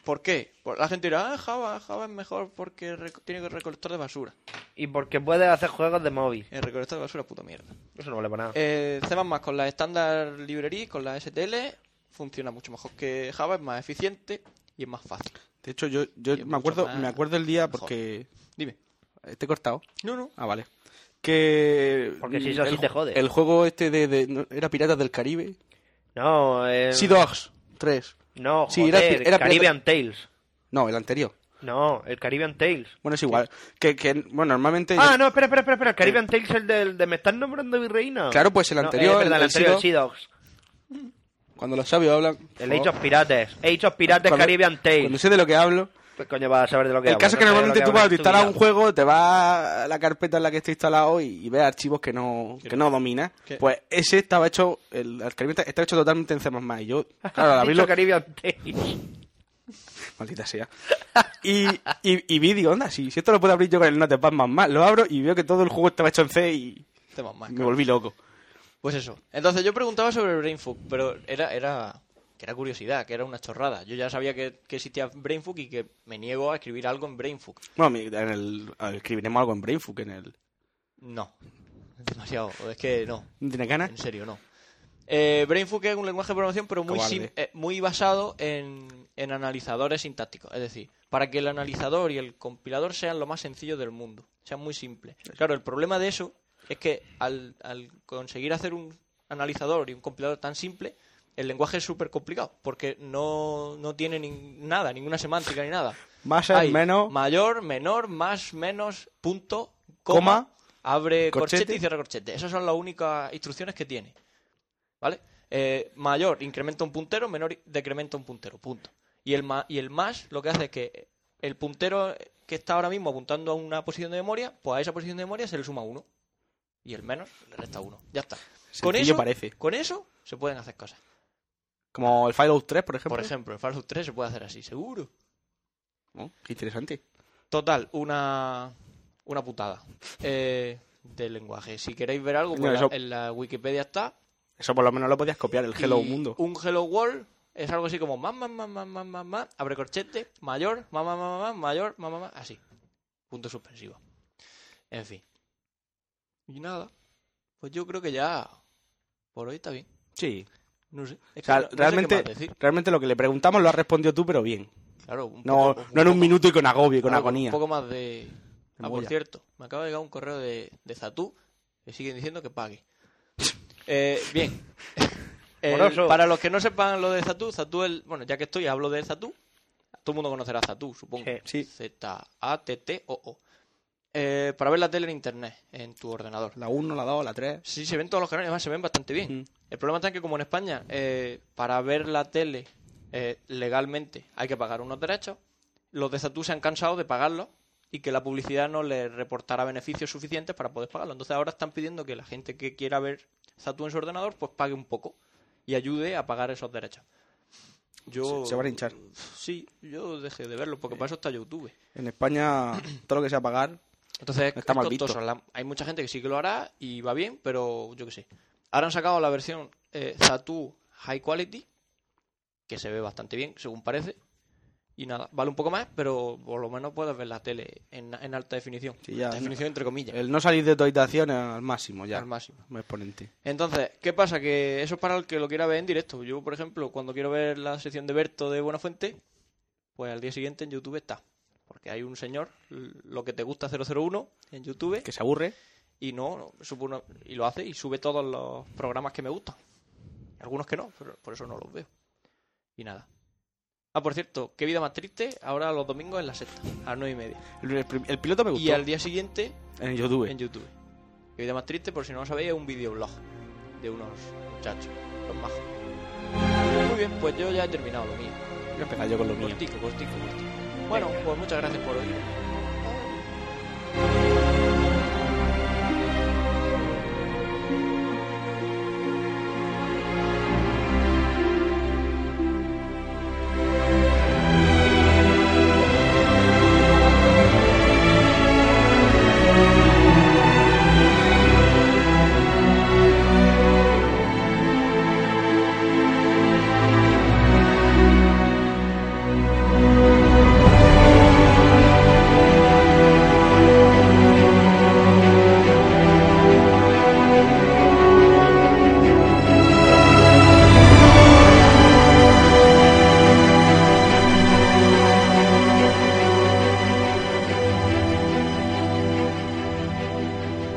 Speaker 6: ¿Por qué? Por- La gente dirá, ah, Java, Java es mejor porque reco- tiene que recolector de basura.
Speaker 3: Y porque puedes hacer juegos de móvil.
Speaker 6: El recolector de basura, puta mierda.
Speaker 3: Eso no vale para nada.
Speaker 6: Eh, C++ con la estándar librería, con la STL, funciona mucho mejor que Java, es más eficiente y es más fácil.
Speaker 5: De hecho, yo, yo
Speaker 6: Y es
Speaker 5: me acuerdo,
Speaker 6: mucho más
Speaker 5: me acuerdo el día
Speaker 6: mejor.
Speaker 5: porque.
Speaker 6: Dime.
Speaker 5: eh, Te he cortado.
Speaker 6: No, no.
Speaker 5: Ah, vale. Que.
Speaker 3: Porque si eso así
Speaker 5: el,
Speaker 3: te jode.
Speaker 5: El juego este de. de- no, ¿Era Piratas del Caribe?
Speaker 3: No, eh,
Speaker 5: Sea Dogs 3.
Speaker 3: no,
Speaker 5: Sí, era-
Speaker 3: joder,
Speaker 5: era-
Speaker 3: Caribbean Tales.
Speaker 5: No, el anterior.
Speaker 3: No, el Caribbean Tales.
Speaker 5: Bueno, es igual. Que, que, bueno, normalmente.
Speaker 3: Ah, no, espera, espera, espera, espera. Caribbean Tales es el del de me estás nombrando virreina.
Speaker 5: Claro, pues el
Speaker 3: No, eh,
Speaker 5: anterior,
Speaker 3: verdad,
Speaker 5: el
Speaker 3: el,
Speaker 5: del
Speaker 3: anterior, el
Speaker 5: Sea
Speaker 3: Sea Dogs.
Speaker 5: Cuando los sabios hablan.
Speaker 3: El
Speaker 5: por
Speaker 3: Age of
Speaker 5: favor.
Speaker 3: Pirates. Age of Pirates
Speaker 5: Cuando-
Speaker 3: Caribbean
Speaker 5: Cuando
Speaker 3: Tales.
Speaker 5: sé de lo que hablo.
Speaker 3: Pues coño, vas a saber de lo que
Speaker 5: El
Speaker 3: hablo,
Speaker 5: caso es que
Speaker 3: no sé de lo
Speaker 5: normalmente tú
Speaker 3: hablas
Speaker 5: cuando
Speaker 3: en
Speaker 5: te
Speaker 3: tu
Speaker 5: instalas
Speaker 3: vida.
Speaker 5: un juego te vas a la carpeta en la que está instalado y, y ves archivos que no, que no dominas.
Speaker 6: ¿Qué?
Speaker 5: Pues ese estaba hecho, el Arcaribia está hecho totalmente en C++. Y yo, claro, al
Speaker 3: Has
Speaker 5: abrirlo,
Speaker 3: dicho Caribbean Tales.
Speaker 5: maldita sea. Y, y, y vi, digo, onda, si, si esto lo puedo abrir yo con el Note Batman más, lo abro y veo que todo el juego estaba hecho en C y
Speaker 6: C++. Ah, claro.
Speaker 5: me volví loco.
Speaker 6: Pues eso. Entonces yo preguntaba sobre BrainFook, pero era, era, que era curiosidad, que era una chorrada. Yo ya sabía que, que existía BrainFook y que me niego a escribir algo en BrainFook.
Speaker 5: Bueno, mi- en el, a ver, escribiremos algo en Brainfuck, en el...
Speaker 6: No. Demasiado. Es que no.
Speaker 5: ¿No tienes ganas?
Speaker 6: En serio, no. Eh, BrainFook es un lenguaje de programación, pero muy,
Speaker 5: Cobarde.
Speaker 6: sim- eh, muy basado en, en analizadores sintácticos. Es decir, para que el analizador y el compilador sean lo más sencillo del mundo, sean muy simples. Claro, el problema de eso es que al, al conseguir hacer un analizador y un compilador tan simple, el lenguaje es súper complicado, porque no, no tiene nin- nada, ninguna semántica ni nada.
Speaker 5: Más
Speaker 6: Hay
Speaker 5: menos...
Speaker 6: Mayor, menor, más, menos, punto,
Speaker 5: Coma,
Speaker 6: coma, abre corchete.
Speaker 5: corchete.
Speaker 6: y cierra corchete. Esas son las únicas instrucciones que tiene. ¿Vale? Eh, mayor, incrementa un puntero, menor, decrementa un puntero, punto. Y el, ma- y el más lo que hace es que el puntero que está ahora mismo apuntando a una posición de memoria, pues a esa posición de memoria se le suma uno. Y el menos le resta uno. Ya está. Con
Speaker 5: Sencillo
Speaker 6: eso,
Speaker 5: parece.
Speaker 6: con eso se pueden hacer cosas.
Speaker 5: Como el Fallout 3, por ejemplo.
Speaker 6: Por ejemplo, en Fallout 3 se puede hacer así, seguro.
Speaker 5: Oh, qué interesante.
Speaker 6: Total, una, una putada eh, del lenguaje. Si queréis ver algo,
Speaker 5: Coño,
Speaker 6: pues la-
Speaker 5: eso-
Speaker 6: en la Wikipedia está.
Speaker 5: Eso por lo menos lo podías copiar, el Hello
Speaker 6: Y
Speaker 5: Mundo.
Speaker 6: Un Hello World es algo así como más, más, más, más, más, más, más, abre corchete, mayor, más, más, más, más, mayor, más, más, más, así. Punto suspensivo. En fin. Y nada, pues yo creo que ya por hoy está bien.
Speaker 5: Sí.
Speaker 6: No sé. Es
Speaker 5: O sea,
Speaker 6: que no- no sé qué
Speaker 5: realmente,
Speaker 6: más decir.
Speaker 5: realmente lo que le preguntamos lo has respondido tú, pero bien.
Speaker 6: Claro, un
Speaker 5: No,
Speaker 6: poco-
Speaker 5: no en un
Speaker 6: poco-
Speaker 5: minuto y con agobio y con
Speaker 6: Claro,
Speaker 5: agonía.
Speaker 6: Un poco más de. Ah, por
Speaker 5: Embulla.
Speaker 6: cierto, me acaba de llegar un correo de, de Zatú que siguen diciendo que pague. Eh, bien. El-
Speaker 3: Moroso.
Speaker 6: para los que no sepan lo de Zatú, Zatú, el, bueno, ya que estoy, hablo de Zatú. Todo el mundo conocerá a Zatú, supongo.
Speaker 5: Sí.
Speaker 6: Z-A-T-T-O-O. Eh, para ver la tele en internet, en tu ordenador.
Speaker 5: La 1, la 2, la 3.
Speaker 6: Sí, se ven todos los canales, además se ven bastante bien.
Speaker 5: Mm.
Speaker 6: El problema está en que como en España, eh, para ver la tele eh, legalmente hay que pagar unos derechos, los de Zatú se han cansado de pagarlos y que la publicidad no les reportará beneficios suficientes para poder pagarlo. Entonces ahora están pidiendo que la gente que quiera ver Zatú en su ordenador, pues pague un poco y ayude a pagar esos derechos. Yo,
Speaker 5: Se, se van a hinchar.
Speaker 6: Sí, yo dejé de verlo porque para eso está YouTube.
Speaker 5: En España, todo lo que sea pagar.
Speaker 6: Entonces es-
Speaker 5: Está
Speaker 6: es
Speaker 5: mal visto.
Speaker 6: costoso. La- hay mucha gente que sí que lo hará y va bien, pero yo qué sé. Ahora han sacado la versión eh, Zatu High Quality, que se ve bastante bien, según parece. Y nada, vale un poco más, pero por lo menos puedes ver la tele en, en alta definición.
Speaker 5: Sí, ya,
Speaker 6: alta
Speaker 5: no-
Speaker 6: definición entre comillas,
Speaker 5: El no salir de tu habitación al máximo, ya.
Speaker 6: al máximo.
Speaker 5: Un exponente.
Speaker 6: Entonces, ¿qué pasa? Que eso es para el que lo quiera ver en directo. Yo, por ejemplo, cuando quiero ver la sección de Berto de Buenafuente, pues al día siguiente en YouTube está. Porque hay un señor, l- lo que te gusta 001 en YouTube,
Speaker 5: Que se aburre.
Speaker 6: y no, no, subo una- y lo hace y sube todos los programas que me gustan. Algunos que no, pero por eso no los veo. Y nada. Ah, por cierto, qué vida más triste, ahora los domingos en la sexta, a las nueve y media.
Speaker 5: El, el prim- el piloto me gustó.
Speaker 6: Y al día siguiente
Speaker 5: En YouTube.
Speaker 6: en YouTube. Qué vida más triste, por si no lo sabéis, es un videoblog de unos muchachos, los majos. Muy bien, pues yo ya he terminado lo mío.
Speaker 5: Voy a empezar yo con lo mío.
Speaker 6: Cortico, cortico, cortico. Bueno, pues muchas gracias por oír.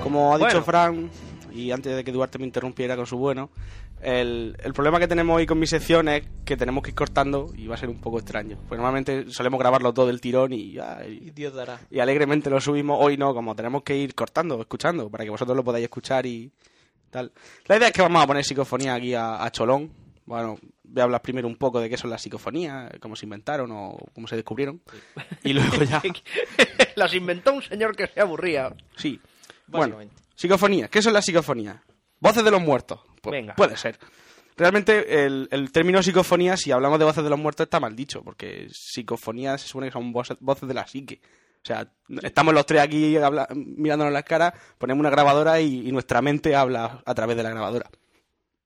Speaker 5: como ha dicho
Speaker 3: Bueno.
Speaker 5: Fran, y antes de que Duarte me interrumpiera con su bueno, el, el problema que tenemos hoy con mi sección es que tenemos que ir cortando y va a ser un poco extraño. Pues normalmente solemos grabarlo todo del tirón y, ya-
Speaker 6: Y
Speaker 5: y,
Speaker 6: Dios dará.
Speaker 5: y alegremente lo subimos. Hoy no, como tenemos que ir cortando, escuchando, para que vosotros lo podáis escuchar y tal. La idea es que vamos a poner psicofonía aquí a, a Cholón. Bueno, voy a hablar primero un poco de qué son las psicofonías, cómo se inventaron o cómo se descubrieron. Y luego ya...
Speaker 3: Las inventó un señor que se aburría.
Speaker 5: Sí. Bueno,
Speaker 6: Básicamente.
Speaker 5: psicofonía. ¿Qué son las psicofonías? Voces de los muertos. Pu-
Speaker 3: Venga.
Speaker 5: Puede ser. Realmente el, el término psicofonía, si hablamos de voces de los muertos, está mal dicho, porque psicofonía se supone que son voces, voces de la psique. O sea, estamos los tres aquí habla- mirándonos las caras, ponemos una grabadora y, y nuestra mente habla a través de la grabadora.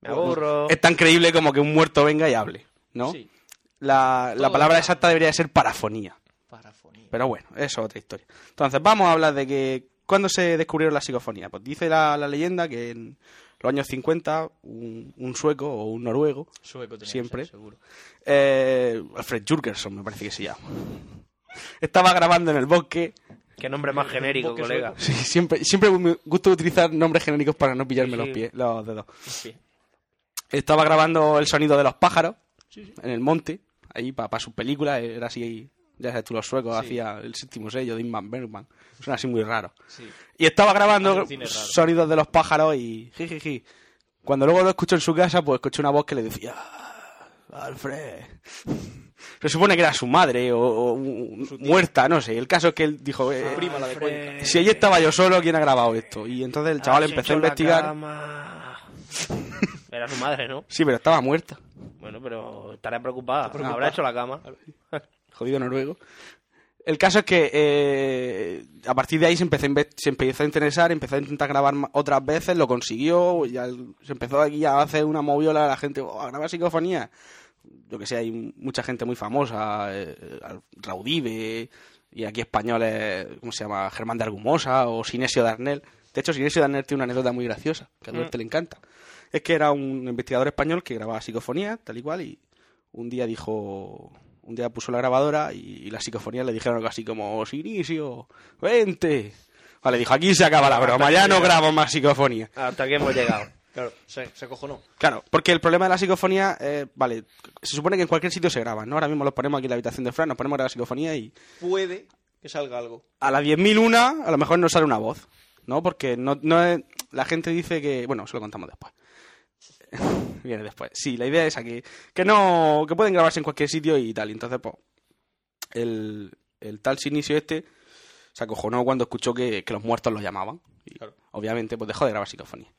Speaker 3: Me aburro.
Speaker 5: Es tan creíble como que un muerto venga y hable, ¿no?
Speaker 6: Sí,
Speaker 5: La, la
Speaker 6: Todo
Speaker 5: palabra
Speaker 6: está-
Speaker 5: exacta debería ser parafonía.
Speaker 6: parafonía.
Speaker 5: Pero bueno, eso es otra historia. Entonces, vamos a hablar de que cuándo se descubrieron las psicofonías. Pues dice la, la leyenda que en los años 50 un, un sueco o un noruego,
Speaker 6: Sueco tenía que
Speaker 5: Siempre.
Speaker 6: ser, seguro.
Speaker 5: eh, Alfred Jurgenson me parece que se llama, estaba grabando en el bosque.
Speaker 3: Qué nombre
Speaker 5: eh,
Speaker 3: más genérico,
Speaker 6: Bosque
Speaker 3: colega.
Speaker 5: Sí, siempre, siempre me gusta utilizar nombres genéricos para no pillarme
Speaker 3: Sí,
Speaker 5: los
Speaker 3: sí.
Speaker 5: pies, los dedos.
Speaker 6: Sí.
Speaker 5: Estaba grabando el sonido de los pájaros en el monte, ahí para sus películas, era así, ya sabes tú, los suecos,
Speaker 6: Sí.
Speaker 5: hacía el séptimo sello de Ingmar Bergman, son así muy raros.
Speaker 6: Sí.
Speaker 5: Y estaba grabando
Speaker 6: Hace cine raro.
Speaker 5: sonidos de los pájaros y jijiji. Cuando luego lo escuchó en su casa, pues escuché una voz que le decía Alfred. Se supone que era su madre o, o un- muerta, no sé. El caso es que él dijo, eh,
Speaker 6: Prima la Ah, de Cuenca.
Speaker 5: si ella estaba yo solo, ¿quién ha grabado esto? Y entonces el chaval
Speaker 3: Has hecho
Speaker 5: empezó a
Speaker 3: la
Speaker 5: investigar.
Speaker 3: cama. Era su madre, ¿no?
Speaker 5: Sí, pero estaba muerta.
Speaker 3: Bueno, pero estará preocupada. Habrá hecho la cama.
Speaker 5: jodido noruego. El caso es que eh, a partir de ahí se empezó, a inve- se empezó a interesar, empezó a intentar grabar ma- otras veces, lo consiguió, ya el- se empezó aquí a hacer una moviola a la gente, "Oh, a grabar psicofonía. Yo que sé, hay m- mucha gente muy famosa, eh, al- Raudive, y aquí españoles, ¿cómo se llama? Germán de Argumosa o Sinesio Darnell. De hecho, Sinesio Darnell tiene una anécdota muy graciosa, que a Duarte le encanta. Es que era un investigador español que grababa psicofonía, tal y cual, y un día dijo un día puso la grabadora y, y las psicofonías le dijeron algo así como Sinicio, vente vale dijo aquí se acaba la broma ya no grabo más psicofonía
Speaker 3: Hasta que hemos llegado.
Speaker 6: Claro, se, se cojonó.
Speaker 5: claro porque el problema de la psicofonía eh, vale se supone que en cualquier sitio se graban no ahora mismo los ponemos aquí en la habitación de Fran nos ponemos a grabar psicofonía y
Speaker 6: Puede que salga algo.
Speaker 5: a las 10.001 a lo mejor no sale una voz no porque no, no es- la gente dice que bueno se lo contamos después viene después sí la idea es aquí que no que pueden grabarse en cualquier sitio y tal y entonces pues el, el tal Sinicio este se acojonó cuando escuchó que, que los muertos los llamaban. Y,
Speaker 6: Claro.
Speaker 5: Obviamente, pues dejó de grabar psicofonía.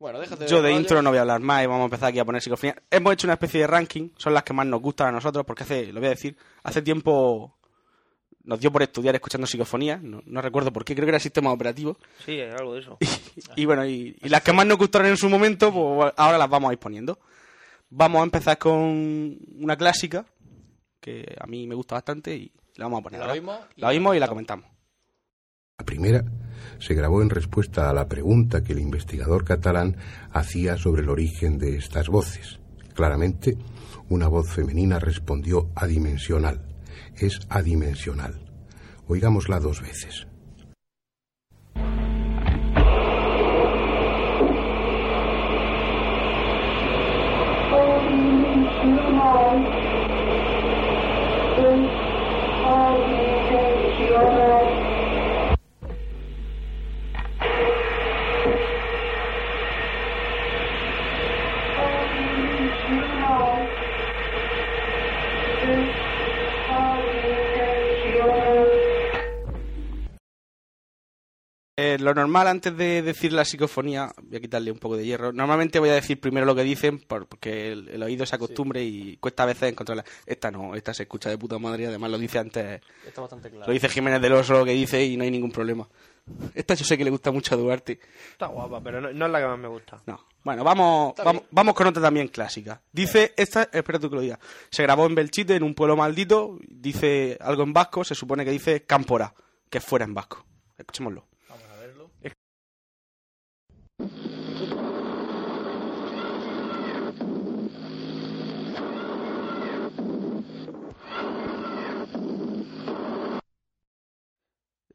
Speaker 6: Bueno, déjate
Speaker 5: Yo de
Speaker 6: rollos.
Speaker 5: intro no voy a hablar más y vamos a empezar aquí a poner psicofonía. Hemos hecho una especie de ranking, son las que más nos gustan a nosotros, porque hace, lo voy a decir, hace tiempo nos dio por estudiar escuchando psicofonía, no, no recuerdo por qué, creo que era sistema operativo.
Speaker 3: Sí, es algo de eso.
Speaker 5: Y bueno, y, y las que más nos gustaron en su momento, pues ahora las vamos a ir poniendo. Vamos a empezar con una clásica, que a mí me gusta bastante y la vamos a poner.
Speaker 6: La
Speaker 5: ahora.
Speaker 6: oímos y
Speaker 5: la oímos y la comentamos.
Speaker 11: La primera se grabó en respuesta a la pregunta que el investigador catalán hacía sobre el origen de estas voces. Claramente, una voz femenina respondió adimensional. Es adimensional. Oigámosla dos veces.
Speaker 5: Eh, lo normal antes de decir la psicofonía, voy a quitarle un poco de hierro. Normalmente voy a decir primero lo que dicen por- porque el, el oído se acostumbre y cuesta a veces encontrarla. Esta no, esta se escucha de puta madre y además lo dice antes.
Speaker 6: Está bastante claro.
Speaker 5: Lo dice Jiménez del Oso lo que dice y no hay ningún problema. Esta yo sé que le gusta mucho a Duarte.
Speaker 3: Está guapa, pero no, no es la que más me gusta.
Speaker 5: No. Bueno, vamos, vamos, vamos con otra también clásica. Dice, esta, espera tú que lo digas. Se grabó en Belchite, en un pueblo maldito. Dice algo en vasco, se supone que dice Cámpora, que es fuera en vasco. Escuchémoslo.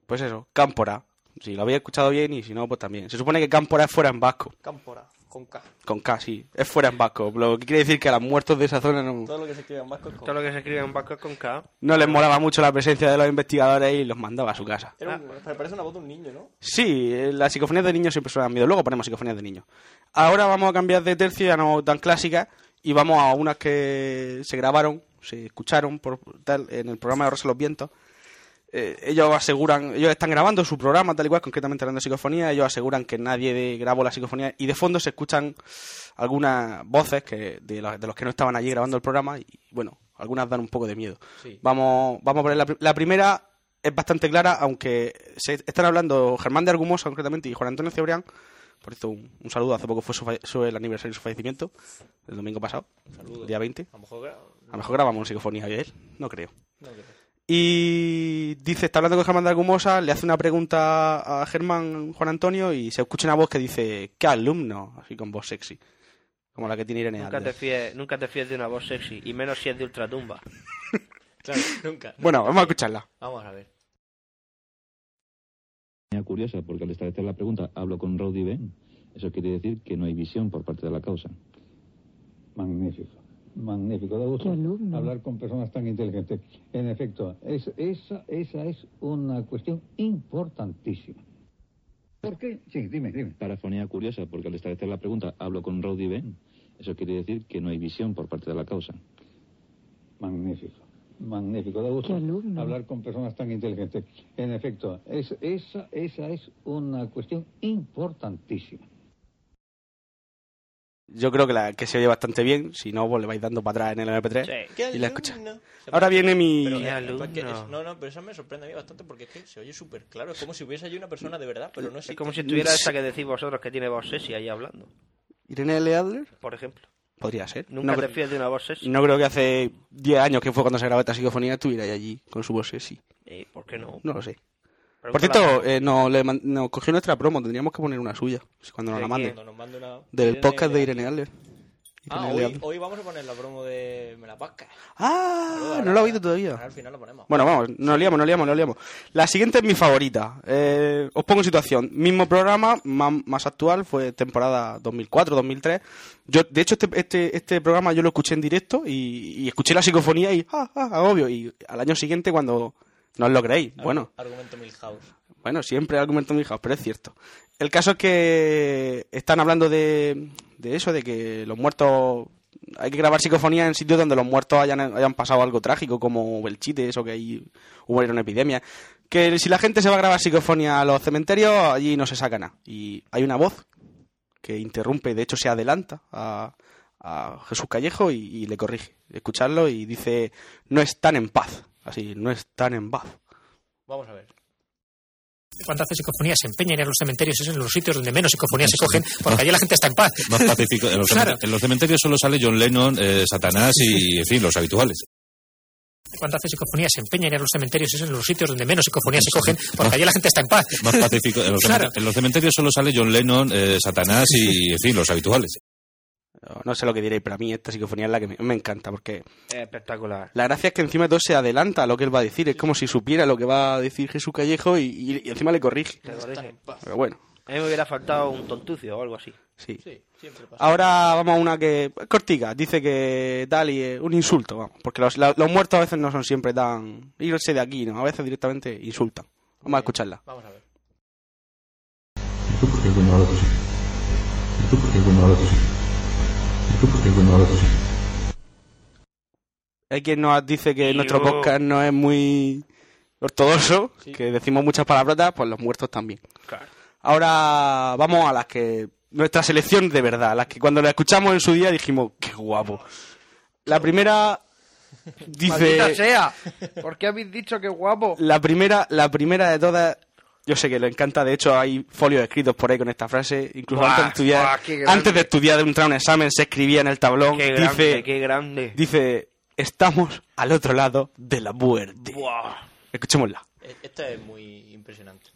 Speaker 5: Pues eso, Cámpora. Si lo habéis escuchado bien y si no, pues también. Se supone que Cámpora es fuera en vasco.
Speaker 6: Cámpora, con K.
Speaker 5: Con K, sí. Es fuera en vasco. Lo que quiere decir que a los muertos de esa zona no,
Speaker 6: Todo lo que se escribe en vasco es con
Speaker 3: Todo lo que se escribe en vasco es con K.
Speaker 5: no les molaba mucho la presencia de los investigadores y los mandaba a su casa.
Speaker 6: Era un- Parece una voz de un niño, ¿no?
Speaker 5: Sí, eh, las psicofonías de niños siempre suenan miedo. Luego ponemos psicofonías de niños. Ahora vamos a cambiar de tercio, ya no tan clásicas, y vamos a unas que se grabaron, se escucharon por tal, en el programa de Rosa los Vientos. Eh, ellos aseguran, ellos están grabando su programa, tal y cual, concretamente hablando de psicofonía. Ellos aseguran que nadie de- grabó la psicofonía y de fondo se escuchan algunas voces que de, la- de los que no estaban allí grabando el programa y bueno, algunas dan un poco de miedo.
Speaker 6: Sí.
Speaker 5: Vamos, vamos a poner la, pri- la primera es bastante clara, aunque se están hablando Germán de Argumosa concretamente y Juan Antonio Cebrián. Por esto un, un saludo, hace poco fue su, fa- su- el aniversario de su fallecimiento, el domingo pasado, el día 20.
Speaker 6: A lo mejor era-
Speaker 5: A lo mejor grabamos psicofonía ayer, no creo.
Speaker 6: no, que-
Speaker 5: Y dice, está hablando con Germán de Argumosa, le hace una pregunta a Germán Juan Antonio y se escucha una voz que dice, ¿qué alumno? Así con voz sexy. Como la que tiene Irene
Speaker 3: Nunca te,
Speaker 5: Adler.
Speaker 3: fíes, nunca te fíes de una voz sexy, y menos si es de ultratumba.
Speaker 6: Claro, nunca.
Speaker 5: Bueno, vamos a escucharla.
Speaker 6: Vamos a ver.
Speaker 12: manera curiosa, porque al establecer la pregunta hablo con Rowdy Ben, eso quiere decir que no hay visión por parte de la causa.
Speaker 13: Magnífico, magnífico. Da gusto hablar con personas tan inteligentes. En efecto, es- esa, esa es una cuestión importantísima. ¿Por qué? Sí, dime, dime.
Speaker 12: Parafonía curiosa, porque al establecer la pregunta hablo con Rowdy Ben, eso quiere decir que no hay visión por parte de la causa.
Speaker 13: Magnífico, magnífico. Da gusto hablar con personas tan inteligentes. En efecto, es- esa, esa es una cuestión importantísima.
Speaker 5: Yo creo que, la, que se oye bastante bien, si no, pues le vais dando para atrás en el MP3
Speaker 6: ¿Qué
Speaker 5: y la escucháis.
Speaker 6: alumno?
Speaker 5: Ahora viene mi...
Speaker 6: Pero, eh, porque es- no, no, pero eso me sorprende a mí bastante porque es que se oye súper claro. Es como si hubiese allí una persona de verdad, pero no
Speaker 3: Es como si estuviera esa que decís vosotros que tiene voz sexy ahí hablando,
Speaker 5: ¿Irene L. Adler?
Speaker 3: por ejemplo.
Speaker 5: Podría ser.
Speaker 3: Nunca
Speaker 5: no,
Speaker 3: te
Speaker 5: cre-
Speaker 3: fíes de una voz sexy.
Speaker 5: no creo que hace 10 años que fue cuando se grabó esta psicofonía estuviera ahí allí con su voz sexy.
Speaker 3: Eh, ¿Por qué no?
Speaker 5: No lo sé.
Speaker 3: Pregúntale
Speaker 5: Por cierto, eh, nos, le man- nos cogió nuestra promo, tendríamos que poner una suya, si cuando nos
Speaker 6: ¿De
Speaker 5: la
Speaker 6: quién?
Speaker 5: mande.
Speaker 6: Cuando nos mande una-
Speaker 5: Del
Speaker 6: Irene
Speaker 5: podcast de Irene Adler.
Speaker 6: Ah,
Speaker 5: Irene
Speaker 6: hoy,
Speaker 5: Adler.
Speaker 6: hoy vamos a poner la promo de Me la pasca.
Speaker 5: Ah,
Speaker 6: Ahora-
Speaker 5: no lo he oído todavía.
Speaker 6: ahora al final lo ponemos.
Speaker 5: Bueno, vamos, nos liamos, nos liamos, nos liamos. La siguiente es mi favorita. Eh, os pongo en situación. Mismo programa, más, más actual, fue temporada 2004-2003. Yo, de hecho, este, este, este programa yo lo escuché en directo y, y escuché la psicofonía y, ah, ah, obvio. Y al año siguiente, cuando no os lo creéis, bueno.
Speaker 6: Argumento Milhouse.
Speaker 5: Bueno, siempre argumento mi hija, pero es cierto. El caso es que están hablando de, de eso, de que los muertos... Hay que grabar psicofonía en sitios donde los muertos hayan, hayan pasado algo trágico, como el chite, eso que ahí hubo una epidemia. Que si la gente se va a grabar psicofonía a los cementerios, allí no se saca nada. Y hay una voz que interrumpe, de hecho se adelanta a, a Jesús Callejo y, y le corrige. Escucharlo y dice, no están en paz. Así, no están en paz.
Speaker 6: Vamos a ver.
Speaker 14: Cuando hace psicofonía se empeña en ir a los cementerios, es en los sitios donde menos psicofonía se cogen, porque allí la gente está en paz.
Speaker 2: Más pacífico. En los,
Speaker 14: Claro.
Speaker 2: cementerios, en los cementerios solo sale John Lennon, eh, Satanás y, en fin, los habituales.
Speaker 14: Cuando hace psicofonía se empeña en ir a los cementerios, es en los sitios donde menos psicofonía se cogen, porque allí la gente está en paz.
Speaker 2: Más pacífico. En los,
Speaker 14: Claro.
Speaker 2: cementerios, en los cementerios solo sale John Lennon, eh, Satanás y, en fin, los habituales.
Speaker 5: No- No sé lo que diréis, pero a mí esta psicofonía es la que me, me encanta, porque
Speaker 3: Es espectacular.
Speaker 5: la gracia es que encima todo se adelanta a lo que él va a decir, es como si supiera lo que va a decir Jesús Callejo y, y- y encima le corrige.
Speaker 3: Te corrige.
Speaker 5: Pero bueno,
Speaker 3: A mí me hubiera faltado un tontucio o algo así.
Speaker 5: sí.
Speaker 6: siempre
Speaker 5: Ah.
Speaker 6: pasa.
Speaker 5: Ahora vamos a una que es cortica, dice que tal y es un insulto, vamos, porque los, la- los muertos a veces no son siempre tan... Irse de aquí, ¿no? A veces directamente insultan. Vamos a escucharla.
Speaker 6: Vamos a ver.
Speaker 5: Hay quien nos dice que nuestro
Speaker 3: yo-
Speaker 5: podcast no es muy ortodoxo, que decimos muchas palabrotas, pues los muertos también.
Speaker 3: Claro.
Speaker 5: Ahora vamos a las que. Nuestra selección de verdad, las que cuando la escuchamos en su día dijimos, qué guapo. La primera
Speaker 3: ¡Maldita
Speaker 5: dice.
Speaker 3: sea! ¿Por qué habéis dicho que guapo?
Speaker 5: La primera, la primera de todas. Yo sé que le encanta, de hecho hay folios escritos por ahí con esta frase. Incluso
Speaker 3: Buah,
Speaker 5: antes de estudiar,
Speaker 3: buah, qué grande.
Speaker 5: antes de estudiar de entrar a un examen, se escribía en el tablón.
Speaker 3: ¡Qué
Speaker 5: dice,
Speaker 3: grande, qué grande!
Speaker 5: dice, estamos al otro lado de la muerte.
Speaker 3: Buah.
Speaker 5: Escuchémosla.
Speaker 6: E- Esta es muy impresionante.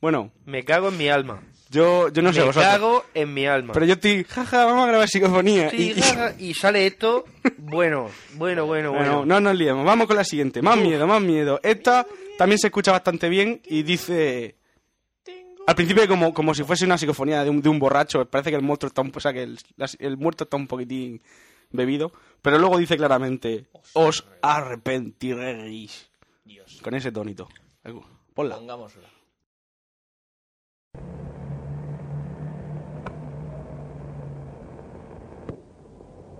Speaker 5: Bueno,
Speaker 3: Me cago en mi alma.
Speaker 5: yo, yo no sé
Speaker 3: Me
Speaker 5: vosotros.
Speaker 3: cago en mi alma.
Speaker 5: Pero yo estoy, jaja, vamos a grabar psicofonía.
Speaker 3: Sí,
Speaker 5: y, y-
Speaker 3: jaja, y sale esto. Bueno, bueno, bueno, bueno.
Speaker 5: Bueno, no nos liemos. Vamos con la siguiente. Más miedo, más miedo. Esta también se escucha bastante bien y dice... Al principio como, como si fuese una psicofonía de un, de un borracho. Parece que el monstruo está un, o sea, que el, la- el muerto está un poquitín bebido. Pero luego dice claramente, os arrepentiréis. Con ese tonito. Ponla. Eh,
Speaker 15: Pongámosla.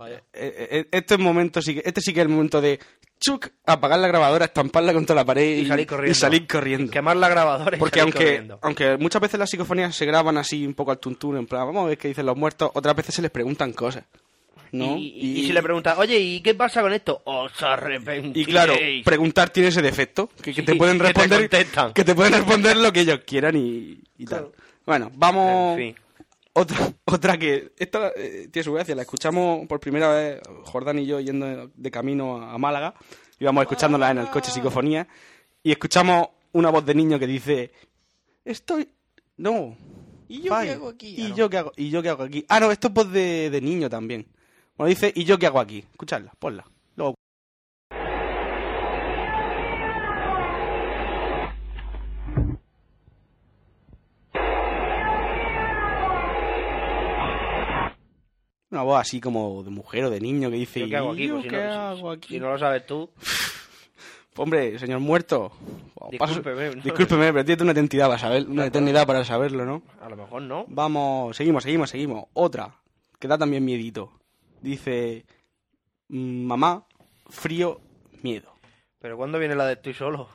Speaker 5: Eh, eh, Este momento sí que, este sí que es el momento de chuc, apagar la grabadora, estamparla contra la pared y,
Speaker 3: Y salir corriendo.
Speaker 5: y salir corriendo.
Speaker 3: Quemar la grabadora y
Speaker 5: Porque
Speaker 3: salir
Speaker 5: aunque, ah,
Speaker 3: corriendo.
Speaker 5: aunque muchas veces las psicofonías se graban así un poco al tuntún, en plan, vamos a ver qué dicen los muertos, otras veces se les preguntan cosas. ¿no?
Speaker 3: Y, y- y si le preguntas, oye, ¿y qué pasa con esto? Os arrepentiréis.
Speaker 5: Y claro, preguntar tiene ese defecto, que, que te pueden
Speaker 3: que te
Speaker 5: responder
Speaker 3: contestan.
Speaker 5: que te pueden responder lo que ellos quieran y, y tal. Bueno, vamos otra otra que esta eh, tiene su gracia, la escuchamos por primera vez Jordán y yo yendo de camino a, a Málaga, íbamos escuchándola en el coche psicofonía y escuchamos una voz de niño que dice, "Estoy no,
Speaker 6: ¿Y yo
Speaker 5: Vaya.
Speaker 6: qué hago aquí? Ah,
Speaker 5: ¿y yo qué hago? ¿Y yo qué hago aquí?" Ah, no, esto es voz de, de niño también. Bueno, dice, "¿Y yo qué hago aquí?" Escuchadla, ponla. Luego Una voz así como de mujer o de niño que dice...
Speaker 3: ¿Yo qué hago aquí?
Speaker 5: "¿Y yo
Speaker 3: Pues si,
Speaker 5: qué
Speaker 3: no,
Speaker 5: hago
Speaker 3: si- si no lo sabes tú,
Speaker 5: Hombre, señor muerto.
Speaker 3: pues
Speaker 5: o paso-
Speaker 3: Discúlpeme, ¿no?
Speaker 5: discúlpeme, pero tiene una eternidad para saber, una eternidad para saberlo, ¿no?
Speaker 3: a lo mejor no.
Speaker 5: Vamos, seguimos, seguimos, seguimos. Otra, que da también miedito. Dice, mm, mamá, frío, miedo.
Speaker 3: Pero ¿cuándo viene la de estoy solo?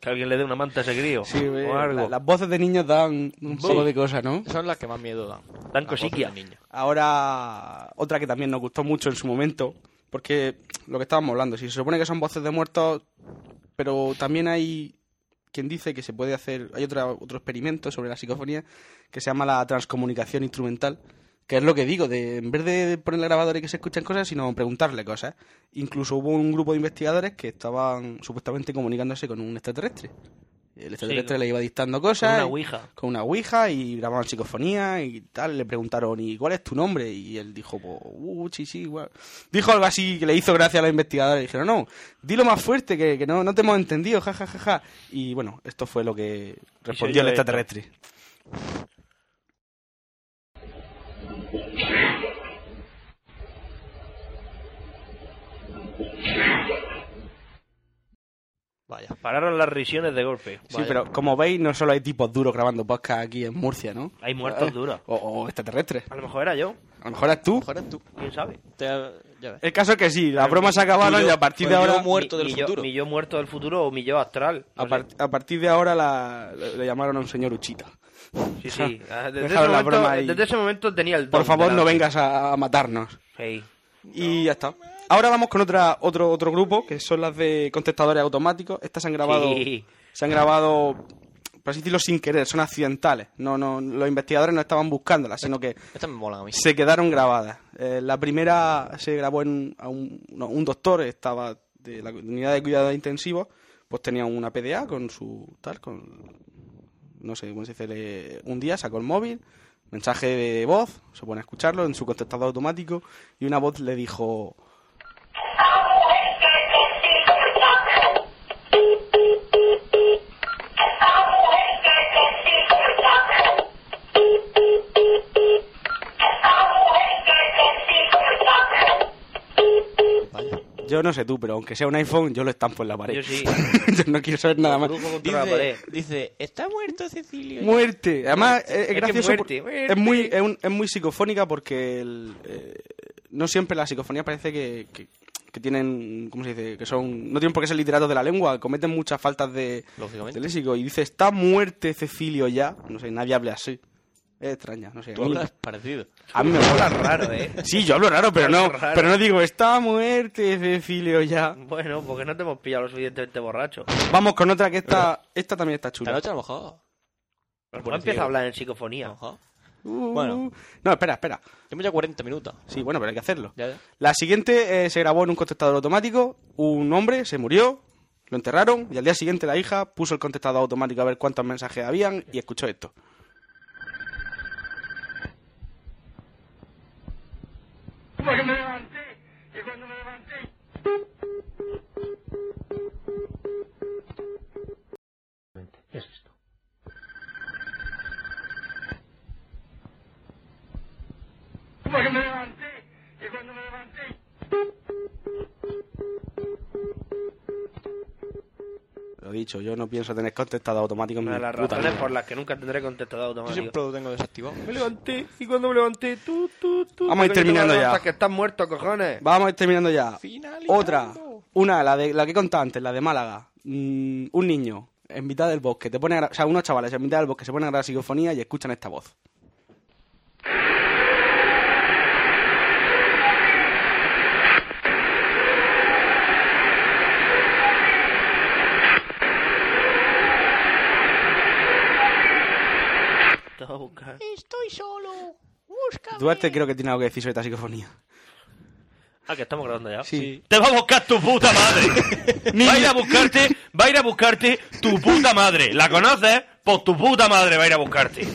Speaker 3: Que alguien le dé una manta a ese crío.
Speaker 5: Sí, ve,
Speaker 3: o algo.
Speaker 5: la- las voces de niños dan un
Speaker 3: Sí.
Speaker 5: poco de cosas, ¿no?
Speaker 6: Son las que más miedo dan.
Speaker 3: Dan
Speaker 6: Las
Speaker 3: cosiquia.
Speaker 6: voces de niño.
Speaker 5: Ahora, otra que también nos gustó mucho en su momento, porque lo que estábamos hablando, si se supone que son voces de muertos, pero también hay quien dice que se puede hacer, hay otra, otro experimento sobre la psicofonía que se llama la transcomunicación instrumental, que es lo que digo, de en vez de poner el grabador y que se escuchan cosas, sino preguntarle cosas. Incluso hubo un grupo de investigadores que estaban supuestamente comunicándose con un extraterrestre. El extraterrestre
Speaker 3: con-
Speaker 5: le iba dictando cosas.
Speaker 3: con una
Speaker 5: y-
Speaker 3: ouija.
Speaker 5: Con una ouija y grababan psicofonía y tal. Le preguntaron, ¿y cuál es tu nombre? Y él dijo, pues, uh, sí, sí, igual. Dijo algo así que le hizo gracia a los investigadores. Dijeron, no, dilo más fuerte, que, que no, no te hemos entendido, ja, ja, ja, ja. Y bueno, esto fue lo que respondió el
Speaker 3: oyó esto.
Speaker 5: extraterrestre.
Speaker 6: Vaya.
Speaker 3: Pararon las risiones de golpe.
Speaker 5: Sí,
Speaker 3: Vaya.
Speaker 5: pero como veis, no solo hay tipos duros grabando podcast aquí en Murcia, ¿no?
Speaker 3: Hay muertos
Speaker 5: Eh,
Speaker 3: duros.
Speaker 5: O, o extraterrestres.
Speaker 3: A lo mejor era yo.
Speaker 5: A lo mejor eres tú.
Speaker 6: Ahora tú.
Speaker 3: ¿Quién sabe?
Speaker 6: Te- ya ves.
Speaker 5: El caso es que sí, las bromas se acabaron y,
Speaker 6: yo-
Speaker 5: a partir de
Speaker 6: pues yo
Speaker 5: ahora...
Speaker 6: muerto del
Speaker 3: Mi yo-
Speaker 6: futuro.
Speaker 3: mi yo muerto del futuro o mi yo astral.
Speaker 5: A, par- a partir de ahora la- le, le llamaron a un señor Uchita.
Speaker 3: Sí, sí. Ah, Desde, ese
Speaker 5: Dejaron la
Speaker 3: momento,
Speaker 5: broma ahí.
Speaker 3: desde ese momento tenía el don
Speaker 5: Por favor, no
Speaker 3: delante.
Speaker 5: vengas a, a matarnos.
Speaker 3: Sí.
Speaker 5: Y ya está. Ahora vamos con otra, otro, otro grupo, que son las de contestadores automáticos. Estas se han grabado,
Speaker 3: Sí.
Speaker 5: se han grabado, por así decirlo, sin querer, son accidentales. No, no, los investigadores no estaban buscándolas, sino que
Speaker 6: Estas me molan a mí.
Speaker 5: se quedaron grabadas. Eh, la primera se grabó en a un, no, un doctor, estaba de la unidad de cuidados intensivos, pues tenía una PDA con su tal, con no sé cómo se dice, le- un día sacó el móvil, mensaje de voz, se pone a escucharlo en su contestador automático y una voz le dijo Yo no sé tú, pero aunque sea un iPhone, yo lo estampo en la pared. Yo sí. no quiero saber nada más.
Speaker 6: Dice, dice, está muerto Cecilio.
Speaker 5: Muerte. Además,
Speaker 6: Muerte.
Speaker 5: es, es
Speaker 6: Es que
Speaker 5: gracioso.
Speaker 6: muerte,
Speaker 5: por-
Speaker 6: muerte.
Speaker 5: Es, muy, es, un- es muy psicofónica porque el, eh, no siempre la psicofonía parece que, que- que tienen. ¿Cómo se dice? Que son. No tienen por qué ser literatos de la lengua. Cometen muchas faltas de,
Speaker 6: Lógicamente.
Speaker 5: de léxico. Y dice, está muerte Cecilio ya. No sé, nadie habla así. Es extraña, no sé.
Speaker 6: Tú
Speaker 5: a mí-
Speaker 6: hablas parecido.
Speaker 5: a mí me mola
Speaker 2: raro, ¿eh?
Speaker 5: Sí, yo hablo raro, pero no,
Speaker 2: Hablas raro. Mm.
Speaker 5: pero no digo, está muerte Cecilio ya.
Speaker 2: Bueno, porque no te hemos pillado lo suficientemente borracho.
Speaker 5: Vamos con otra que esta, esta también está chula.
Speaker 2: Esta noche
Speaker 6: a lo mejor.
Speaker 2: No Pues empieza a hablar en psicofonía.
Speaker 5: bueno. Uh. No, espera, espera.
Speaker 6: Tenemos ya 40 minutos.
Speaker 5: Sí, bueno, pero hay que hacerlo.
Speaker 6: Ya, ya.
Speaker 5: La siguiente eh, se grabó en un contestador automático. Un hombre se murió, lo enterraron y al día siguiente la hija puso el contestador automático a ver cuántos mensajes habían y escuchó esto.
Speaker 16: Porque me levanté, y cuando me levanté...
Speaker 17: Es esto.
Speaker 16: Porque me levanté, y cuando me levanté...
Speaker 5: Lo dicho, yo no pienso tener contestador automático en
Speaker 2: Una de
Speaker 5: mi
Speaker 2: las
Speaker 5: puta
Speaker 2: razones
Speaker 5: vida.
Speaker 2: por las que nunca tendré contestador automático.
Speaker 5: siempre
Speaker 6: lo tengo desactivado.
Speaker 2: Me levanté y cuando me levanté, tú, tú, tú.
Speaker 5: Vamos a ir
Speaker 2: coño, te
Speaker 5: terminando
Speaker 2: vas a
Speaker 5: ya.
Speaker 2: levantar, Que estás muerto, cojones.
Speaker 5: Vamos a ir terminando ya. Otra, una, la de la que he contado antes, la de Málaga. Mm, un niño en mitad del bosque, te pone a gra- o sea, unos chavales en mitad del bosque se ponen a grabar psicofonía y escuchan esta voz.
Speaker 16: Estoy solo.
Speaker 5: Duarte creo que tiene algo que decir sobre esta psicofonía.
Speaker 2: Ah, que estamos grabando ya.
Speaker 5: Sí.
Speaker 18: Te va a buscar tu puta madre. va a ir a buscarte, va a ir a buscarte tu puta madre. ¿La conoces? Pues tu puta madre va a ir a buscarte.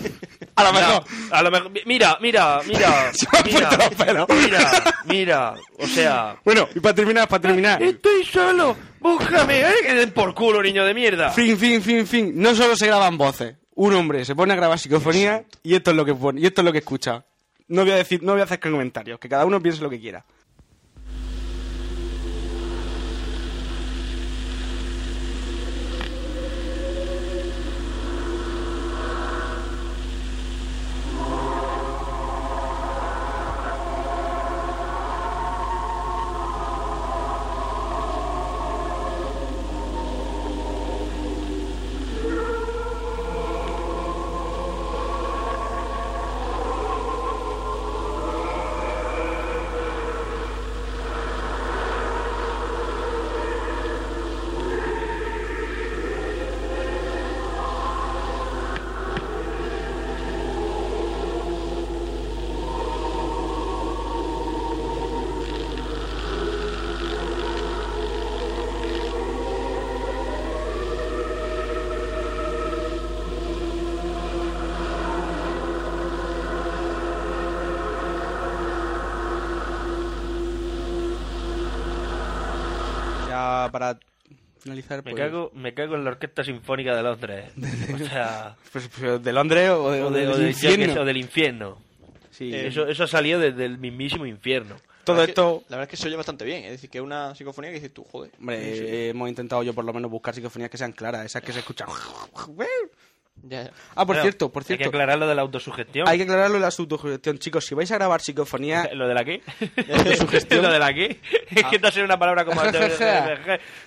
Speaker 18: A lo mejor. a lo mejor. Mira, mira, mira. mira, mira, mira. O sea.
Speaker 5: Bueno, y para terminar, para terminar.
Speaker 2: Estoy solo. Búscame, eh. Que den por culo, niño de mierda.
Speaker 5: Fin, fin, fin, fin. No solo se graban voces. Un hombre se pone a grabar psicofonía y esto es lo que pone, y esto es lo que escucha. No voy a decir, no voy a hacer comentarios, que cada uno piense lo que quiera. Ya para finalizar,
Speaker 2: Me
Speaker 5: pues-
Speaker 2: cago, me cago en la Orquesta Sinfónica de Londres. O sea.
Speaker 5: Pues, pues, de Londres o, de-
Speaker 2: o
Speaker 5: o
Speaker 2: de-
Speaker 5: del
Speaker 2: o de- yo qué
Speaker 5: infierno.
Speaker 2: sé, o del infierno.
Speaker 5: Sí. eh,
Speaker 2: Eso, eso ha salido desde el mismísimo infierno.
Speaker 6: La verdad es que- La verdad es que se oye bastante bien. Es decir, que es una psicofonía que dices tú, joder.
Speaker 5: Hombre,
Speaker 6: Sí, sí.
Speaker 5: eh, hemos intentado yo por lo menos buscar psicofonías que sean claras, esas que se escuchan.
Speaker 6: Ya, ya.
Speaker 5: Ah, por
Speaker 2: Claro,
Speaker 5: cierto, por cierto.
Speaker 2: Hay que aclarar lo de la autosugestión.
Speaker 5: Hay que aclararlo en la subsugestión, chicos. Si vais a grabar psicofonía.
Speaker 2: ¿Lo de la qué?
Speaker 5: Autosugestión. Ah.
Speaker 2: ¿Lo de la qué? Es que no ha sido una palabra como...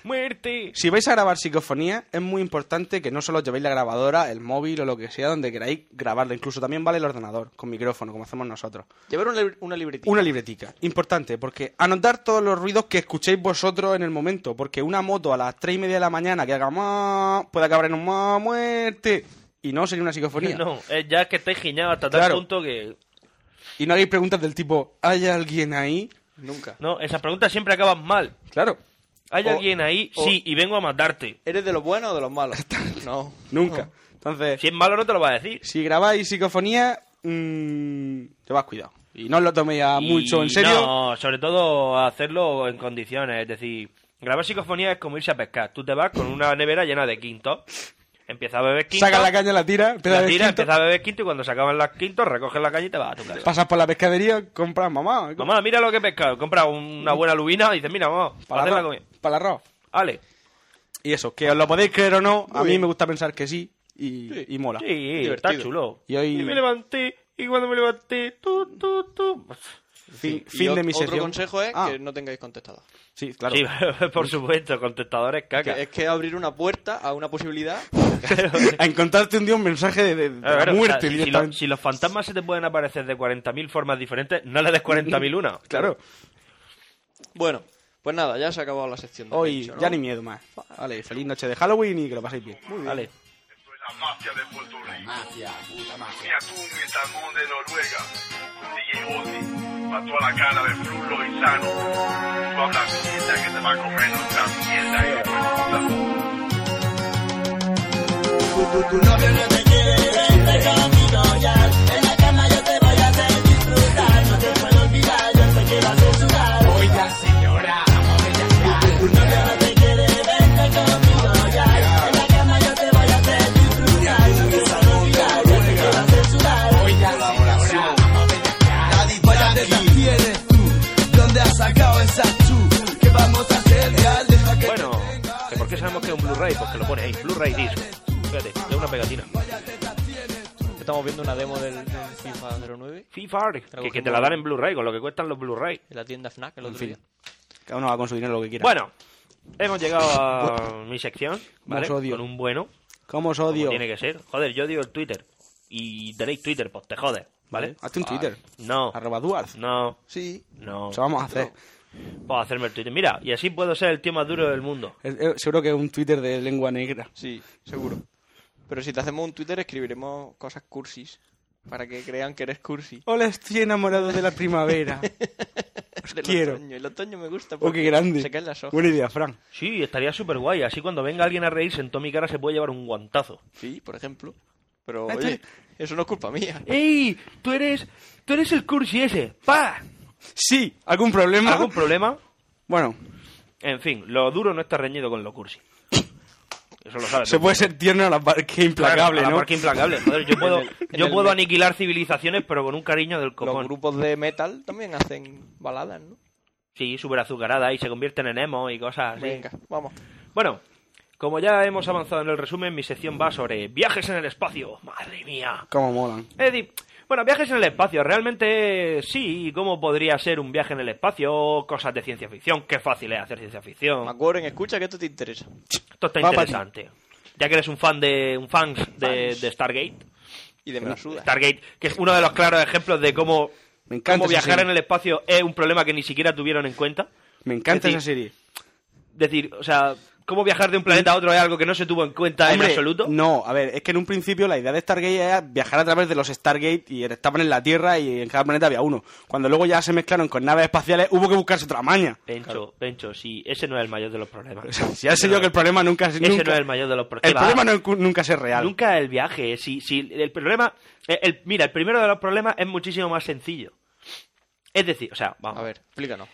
Speaker 2: ¡Muerte!
Speaker 5: Si vais a grabar psicofonía, es muy importante que no solo llevéis la grabadora, el móvil o lo que sea, donde queráis grabarlo. Incluso también vale el ordenador, con micrófono, como hacemos nosotros.
Speaker 6: Llevar una, lib- una libretita.
Speaker 5: Una libretica. Importante, porque anotar todos los ruidos que escuchéis vosotros en el momento. Porque una moto a las tres y media de la mañana que haga más puede acabar en un más muerte. Y no sería una psicofonía.
Speaker 2: No, eh, ya es que estáis guiñados hasta tal
Speaker 5: Claro.
Speaker 2: punto que...
Speaker 5: Y no hagáis preguntas del tipo, ¿hay alguien ahí?
Speaker 6: Nunca.
Speaker 2: No, esas preguntas siempre acaban mal.
Speaker 5: Claro.
Speaker 2: ¿Hay
Speaker 5: O-
Speaker 2: alguien ahí?
Speaker 5: o-
Speaker 2: Sí, y vengo a matarte.
Speaker 6: ¿Eres de los buenos o de los malos? no.
Speaker 5: Nunca. Entonces,
Speaker 2: si es malo no te lo va a decir.
Speaker 5: Si grabáis psicofonía, mm, llevad cuidado. Y no os lo toméis a mucho
Speaker 2: Y
Speaker 5: en serio.
Speaker 2: No, sobre todo hacerlo en condiciones. Es decir, grabar psicofonía es como irse a pescar. Tú te vas con una nevera llena de quintos empieza a beber quinto.
Speaker 5: Sacas la caña, la tira, empieza a
Speaker 2: la
Speaker 5: beber
Speaker 2: tira,
Speaker 5: quinto.
Speaker 2: empieza a beber quinto y cuando se acaban las quintos recoges la caña y te vas a tu casa.
Speaker 5: Pasas por la pescadería, compras mamá. ¿eh?
Speaker 2: Mamá, mira lo que he pescado. Compra una buena lubina y dices, mira, mamá, para
Speaker 5: Para
Speaker 2: hacer la
Speaker 5: arroz.
Speaker 2: comida.
Speaker 5: Para el arroz.
Speaker 2: Vale.
Speaker 5: Y eso, que os lo podéis creer o no, a
Speaker 2: Muy
Speaker 5: mí
Speaker 2: bien.
Speaker 5: me gusta pensar que sí y, y mola.
Speaker 2: Sí, está chulo.
Speaker 5: Ah, Y hoy,
Speaker 2: Y me levanté, y cuando me levanté, tu, tu, tu.
Speaker 5: fin,
Speaker 6: Y
Speaker 5: fin
Speaker 6: ot-
Speaker 5: de mi sesión.
Speaker 6: Otro consejo es
Speaker 5: Ah,
Speaker 6: que no tengáis contestador.
Speaker 5: Sí, claro.
Speaker 2: Sí, por supuesto, contestadores caca.
Speaker 6: Que es que abrir una puerta a una posibilidad.
Speaker 5: a encontrarte un día un mensaje de, de- de
Speaker 2: A ver,
Speaker 5: la
Speaker 2: o sea,
Speaker 5: muerte
Speaker 2: si- si, lo-
Speaker 5: directamente.
Speaker 2: si los fantasmas se te pueden aparecer de 40.000 formas diferentes, no le des 40.000 una.
Speaker 5: Claro.
Speaker 6: Bueno, pues nada, ya se ha acabado la sección. de
Speaker 5: Hoy
Speaker 6: Pencho, ¿no?
Speaker 5: ya ni miedo más. Vale, feliz noche de Halloween y que lo paséis bien.
Speaker 6: Muy bien.
Speaker 5: Vale.
Speaker 15: La mafia del Puerto Rico. Mafia, puta mafia. Mira tú, mi salmón de Noruega. DJ Ozzy. Mató a la cara de Flulo y Sano. Tú hablas mierda que te va a comer nuestra mierda y
Speaker 19: Nadie para de aquí. ¿Quién tú? ¿Dónde has sacado esa tú? ¿Qué vamos a hacer real? Deja que
Speaker 2: Bueno, ¿que ¿por qué sabemos que es un Blu-ray? Porque lo pone ahí, Blu-ray disc. Fíjate, es una pegatina.
Speaker 6: Estamos viendo una demo del, del FIFA 09.
Speaker 2: FIFA, Que, que te la dan en Blu-ray, con lo que cuestan los Blu-ray.
Speaker 6: En la tienda FNAC el otro
Speaker 5: fin.
Speaker 6: día.
Speaker 5: Cada uno va con su dinero lo que quiera.
Speaker 2: Bueno, hemos llegado a mi sección, ¿vale?
Speaker 5: os odio.
Speaker 2: Con un bueno,
Speaker 5: ¿Cómo os
Speaker 2: como
Speaker 5: odio?
Speaker 2: tiene que ser. Joder, yo odio el Twitter. Y tenéis Twitter, pues te jodes, ¿vale?
Speaker 5: Hazte un Twitter.
Speaker 2: No.
Speaker 5: Arroba Duarte.
Speaker 2: No.
Speaker 6: Sí.
Speaker 2: No.
Speaker 5: Eso vamos a hacer.
Speaker 2: Puedo hacerme el Twitter. Mira, y así puedo ser el tío más duro del mundo.
Speaker 5: Eh, eh, Seguro que es un Twitter de lengua negra.
Speaker 6: Sí, seguro. Pero si te hacemos un Twitter, escribiremos cosas cursis. Para que crean que eres cursi.
Speaker 5: Hola, estoy enamorado de la primavera.
Speaker 6: Del
Speaker 5: quiero.
Speaker 6: otoño. El otoño me gusta.
Speaker 5: Oh,
Speaker 6: porque
Speaker 5: qué grande.
Speaker 6: Se caen las hojas.
Speaker 5: Buena idea, Fran.
Speaker 2: Sí, estaría súper guay. Así cuando venga alguien a reírse en toda mi cara se puede llevar un guantazo.
Speaker 6: Sí, por ejemplo. Pero,
Speaker 2: Ah,
Speaker 6: oye, eso no es culpa mía.
Speaker 2: ¡Ey! Tú eres, tú eres el cursi ese. ¡Pa!
Speaker 5: Sí, ¿algún problema?
Speaker 2: ¿Algún problema?
Speaker 5: Bueno,
Speaker 2: En fin, lo duro no está reñido con lo cursi. Eso lo sabes.
Speaker 5: se puede ser tierno a la par que implacable, ¿no?
Speaker 2: Porque implacable. Joder, yo puedo,
Speaker 6: En el- en
Speaker 2: yo
Speaker 6: el
Speaker 2: puedo
Speaker 6: me-
Speaker 2: aniquilar civilizaciones, pero con un cariño del
Speaker 6: Los
Speaker 2: copón.
Speaker 6: grupos de metal también hacen baladas, ¿no?
Speaker 2: Sí, súper azucarada y se convierten en emo y cosas así.
Speaker 6: Venga, vamos.
Speaker 2: Bueno, como ya hemos avanzado en el resumen, mi sección va sobre viajes en el espacio. Madre mía.
Speaker 5: Cómo molan.
Speaker 2: Es decir, bueno, viajes en el espacio, realmente sí, ¿cómo podría ser un viaje en el espacio? Cosas de ciencia ficción, qué fácil es hacer ciencia ficción.
Speaker 6: McWarren, escucha que esto te interesa.
Speaker 2: Esto está
Speaker 5: Va pa' ti.
Speaker 2: interesante. Ya que eres un fan de un fans de, de Stargate.
Speaker 6: Y de me la suda.
Speaker 2: Stargate, que es uno de los claros ejemplos de cómo,
Speaker 5: Me encanta
Speaker 2: cómo
Speaker 5: esa
Speaker 2: viajar
Speaker 5: serie.
Speaker 2: en el espacio es un problema que ni siquiera tuvieron en cuenta.
Speaker 5: Me encanta
Speaker 2: Es
Speaker 5: esa
Speaker 2: decir,
Speaker 5: serie.
Speaker 2: decir, o sea, cómo viajar de un planeta a otro es algo que no se tuvo en cuenta
Speaker 5: Hombre,
Speaker 2: en absoluto.
Speaker 5: No, a ver, es que en un principio la idea de Stargate era viajar a través de los Stargate y estaban en la Tierra y en cada planeta había uno. Cuando luego ya se mezclaron con naves espaciales, hubo que buscarse otra maña.
Speaker 2: Pencho, Pencho, sí, ese no es el mayor de los problemas.
Speaker 5: Si ya sé yo que el problema nunca es.
Speaker 2: Ese
Speaker 5: nunca-
Speaker 2: no es el mayor de los problemas.
Speaker 5: El problema no es cu- nunca ser real.
Speaker 2: Nunca el viaje. Si, si el problema. eh, el- mira, el primero de los problemas es muchísimo más sencillo. Es decir, o sea, vamos.
Speaker 6: A ver, explícanos.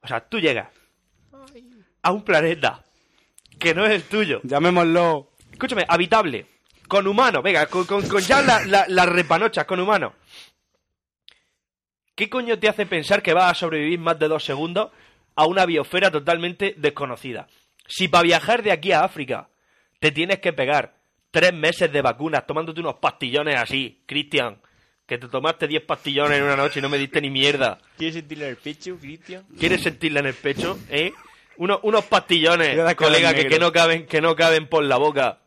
Speaker 2: O sea, tú llegas a un planeta que no es el tuyo.
Speaker 5: Llamémoslo.
Speaker 2: Escúchame, habitable. Con humano, venga, con, con- con ya la- la- las repanochas, con humano. ¿Qué coño te hace pensar que vas a sobrevivir más de dos segundos a una biosfera totalmente desconocida? Si para viajar de aquí a África te tienes que pegar tres meses de vacunas tomándote unos pastillones así, Cristian, que te tomaste diez pastillones en una noche y no me diste ni mierda.
Speaker 6: ¿Quieres sentirle el pecho, Cristian?
Speaker 2: ¿Quieres sentirla en el pecho? ¿Eh? Uno- unos pastillones,
Speaker 5: Yo de color
Speaker 2: colega, que,
Speaker 5: negro.
Speaker 2: que no caben, que no caben por la boca.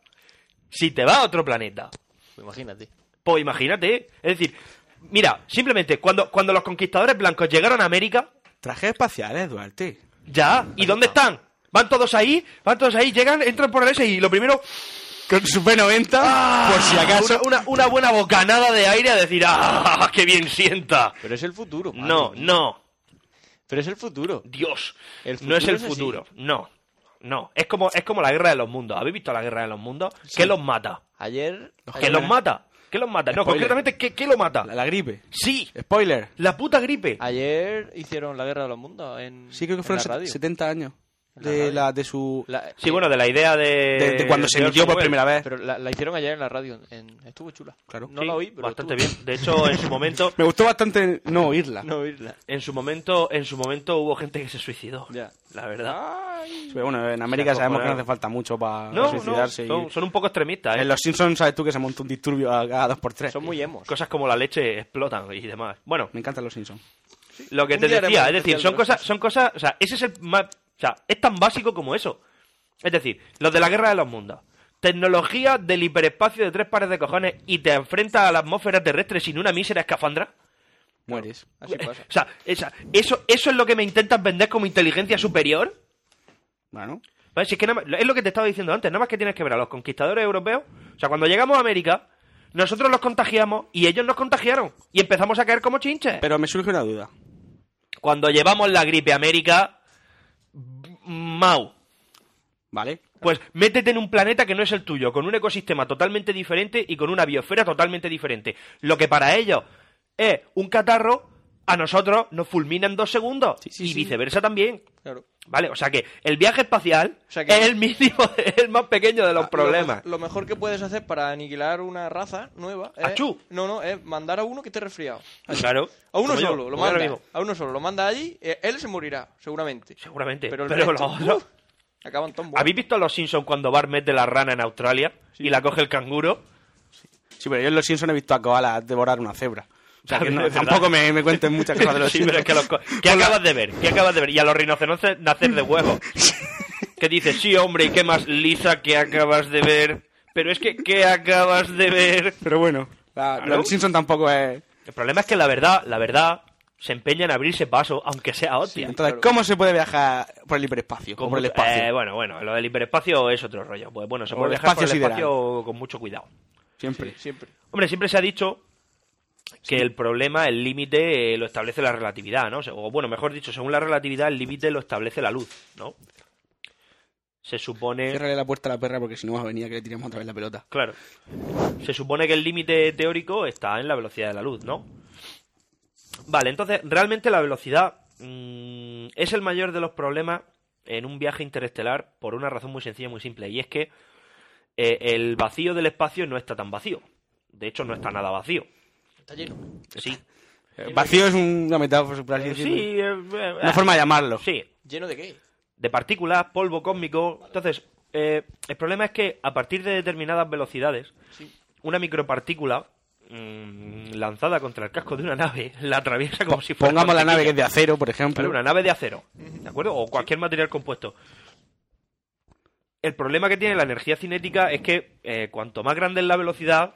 Speaker 2: Si te vas a otro planeta,
Speaker 6: Imagínate.
Speaker 2: pues imagínate. Es decir, mira, simplemente cuando, cuando los conquistadores blancos llegaron a América,
Speaker 5: Trajes espaciales, Duarte.
Speaker 2: ya, ¿y dónde están? Van todos ahí, van todos ahí, llegan, entran por el S y lo primero,
Speaker 5: Con su P90, por si acaso.
Speaker 2: una, una- una buena bocanada de aire a decir, ¡ah, qué bien sienta!
Speaker 6: Pero es el futuro. madre
Speaker 2: No,
Speaker 6: mía.
Speaker 2: no,
Speaker 6: Pero es el futuro.
Speaker 2: Dios,
Speaker 6: El
Speaker 2: no es
Speaker 6: futuro
Speaker 2: el
Speaker 6: es así.
Speaker 2: futuro, no, no, es como, es como la guerra de los mundos. ¿Habéis visto la guerra de los mundos? ¿Qué los mata?
Speaker 6: Ayer.
Speaker 2: ¿Qué
Speaker 6: ayer-
Speaker 2: los mata? ¿Qué los mata? No,
Speaker 5: Spoiler.
Speaker 2: concretamente, ¿qué, qué lo mata?
Speaker 5: La, la gripe.
Speaker 2: Sí,
Speaker 5: Spoiler.
Speaker 2: la puta gripe.
Speaker 6: Ayer hicieron la guerra de los mundos en.
Speaker 5: Sí, creo que
Speaker 6: en
Speaker 5: fueron
Speaker 6: la
Speaker 5: set-
Speaker 6: radio.
Speaker 5: 70 años. de, la, de su...
Speaker 2: Sí, bueno, de la eh, idea de...
Speaker 5: De- de cuando se emitió por
Speaker 6: Orson
Speaker 5: primera
Speaker 6: Welles.
Speaker 5: vez.
Speaker 6: Pero la, la hicieron ayer en la radio. en- estuvo chula. Claro. No
Speaker 2: Sí,
Speaker 6: la oí, pero
Speaker 2: bastante
Speaker 6: estuvo-
Speaker 2: bien. De hecho, en su momento...
Speaker 5: Me gustó bastante no oírla.
Speaker 6: No oírla.
Speaker 2: En su momento, en su momento hubo gente que se suicidó. La verdad.
Speaker 5: Sí, Bueno, en América
Speaker 2: Se
Speaker 5: sabemos que no
Speaker 2: acojonaron.
Speaker 5: hace falta mucho para
Speaker 2: No, no,
Speaker 5: suicidarse. y-
Speaker 2: son, son un poco extremistas, ¿eh?
Speaker 5: En Los Simpsons sabes tú que se monta un disturbio a cada dos por tres.
Speaker 6: Son muy emos.
Speaker 2: Cosas como la leche explotan y demás. Bueno,
Speaker 5: Me encantan Los Simpsons.
Speaker 2: Lo que
Speaker 5: Un
Speaker 2: te
Speaker 5: día haremos
Speaker 2: decía, es
Speaker 5: un
Speaker 2: decir,
Speaker 5: especial
Speaker 2: son
Speaker 5: de los
Speaker 2: cosas, son cosas, o sea, ese es el más, o sea, es tan básico como eso. Es decir, los de la guerra de los mundos. Tecnología del hiperespacio de tres pares de cojones y te enfrentas a la atmósfera terrestre sin una mísera escafandra.
Speaker 5: Mueres.
Speaker 6: Así pasa.
Speaker 2: O sea, esa- eso, eso es lo que me intentas vender como inteligencia superior.
Speaker 5: Bueno.
Speaker 2: ¿Vale? Si es, que nada más- es lo que te estaba diciendo antes, nada más que tienes que ver a los conquistadores europeos. O sea, cuando llegamos a América, nosotros los contagiamos y ellos nos contagiaron. Y empezamos a caer como chinches.
Speaker 5: Pero me surge una duda.
Speaker 2: Cuando llevamos la gripe a América, b- Mau.
Speaker 5: Vale.
Speaker 2: Pues métete en un planeta que no es el tuyo, con un ecosistema totalmente diferente y con una biosfera totalmente diferente. Lo que para ellos es un catarro, a nosotros nos fulmina en dos segundos. y viceversa también.
Speaker 6: Claro.
Speaker 2: Vale, o sea que el viaje espacial
Speaker 6: que- Ah,
Speaker 2: es el mínimo, es el más pequeño de los problemas.
Speaker 6: Lo, me- lo mejor que puedes hacer para aniquilar una raza nueva es...
Speaker 2: Achú.
Speaker 6: No, no, es mandar a uno que esté resfriado.
Speaker 2: Ah, Claro.
Speaker 6: A uno
Speaker 2: Como yo,
Speaker 6: solo, lo
Speaker 2: como yo ahora
Speaker 6: manda.
Speaker 2: mismo.
Speaker 6: A uno solo, lo manda allí, eh, él se morirá, seguramente.
Speaker 2: Seguramente.
Speaker 6: Pero, el
Speaker 2: Pero
Speaker 6: resto,
Speaker 2: los otros-
Speaker 6: ¡uh! acaban tombo.
Speaker 2: ¿Habéis visto los Simpsons cuando Bart mete la rana en Australia y la coge el canguro?
Speaker 5: Sí, pero yo en Los Simpsons he visto a koalas devorar una cebra. O sea, que no-
Speaker 2: Es verdad.
Speaker 5: tampoco me, me cuenten muchas cosas de Los
Speaker 2: Sí,
Speaker 5: Simpsons.
Speaker 2: pero es que los co- ¿Qué acabas de ver? ¿Qué acabas de ver? Y a los rinocerontes nacer de huevo. Que dices, sí, hombre, ¿y qué más lisa que acabas de ver? Pero es que, ¿qué acabas de ver?
Speaker 5: Pero bueno, la-
Speaker 2: Claro.
Speaker 5: Los Simpsons tampoco es...
Speaker 2: El problema es que la verdad, la verdad, se empeña en abrirse paso, aunque sea hostia.
Speaker 5: Entonces, ¿cómo se puede viajar por el hiperespacio?
Speaker 2: Con
Speaker 5: Por el
Speaker 2: mucho-
Speaker 5: espacio.
Speaker 2: eh, bueno, bueno, lo del hiperespacio es otro rollo. Pues bueno, se
Speaker 5: O
Speaker 2: puede
Speaker 5: el
Speaker 2: viajar por el
Speaker 5: espacio sideral.
Speaker 2: espacio con mucho cuidado.
Speaker 5: Siempre.
Speaker 6: Siempre.
Speaker 2: Hombre, siempre se ha dicho que el problema, el límite, eh, lo establece la relatividad, ¿no? O sea, O bueno, mejor dicho, según la relatividad, el límite lo establece la luz, ¿no? Se supone...
Speaker 5: Ciérrale la puerta a la perra porque si no va a venir a que le tiremos otra vez la pelota.
Speaker 2: Claro. Se supone que el límite teórico está en la velocidad de la luz, ¿no? Vale, entonces, realmente la velocidad mm, es el mayor de los problemas en un viaje interestelar por una razón muy sencilla y muy simple, y es que eh, el vacío del espacio no está tan vacío. De hecho, no está nada vacío.
Speaker 6: Está lleno.
Speaker 2: Sí.
Speaker 5: Eh, Vacío es una metáfora, por así
Speaker 2: Eh,
Speaker 5: decirlo.
Speaker 2: sí, eh, eh,
Speaker 5: Una forma de llamarlo.
Speaker 2: Sí,
Speaker 6: ¿Lleno de qué?
Speaker 2: de partículas, polvo cósmico. Entonces, eh, el problema es que a partir de determinadas velocidades,
Speaker 6: Sí.
Speaker 2: una micropartícula mm, lanzada contra el casco de una nave la atraviesa como si fuera.
Speaker 5: Pongamos la nave que
Speaker 2: mantequilla.
Speaker 5: es de acero, por ejemplo.
Speaker 2: Vale, una nave de acero, ¿de acuerdo? O cualquier material compuesto. El problema que tiene la energía cinética es que eh, cuanto más grande es la velocidad,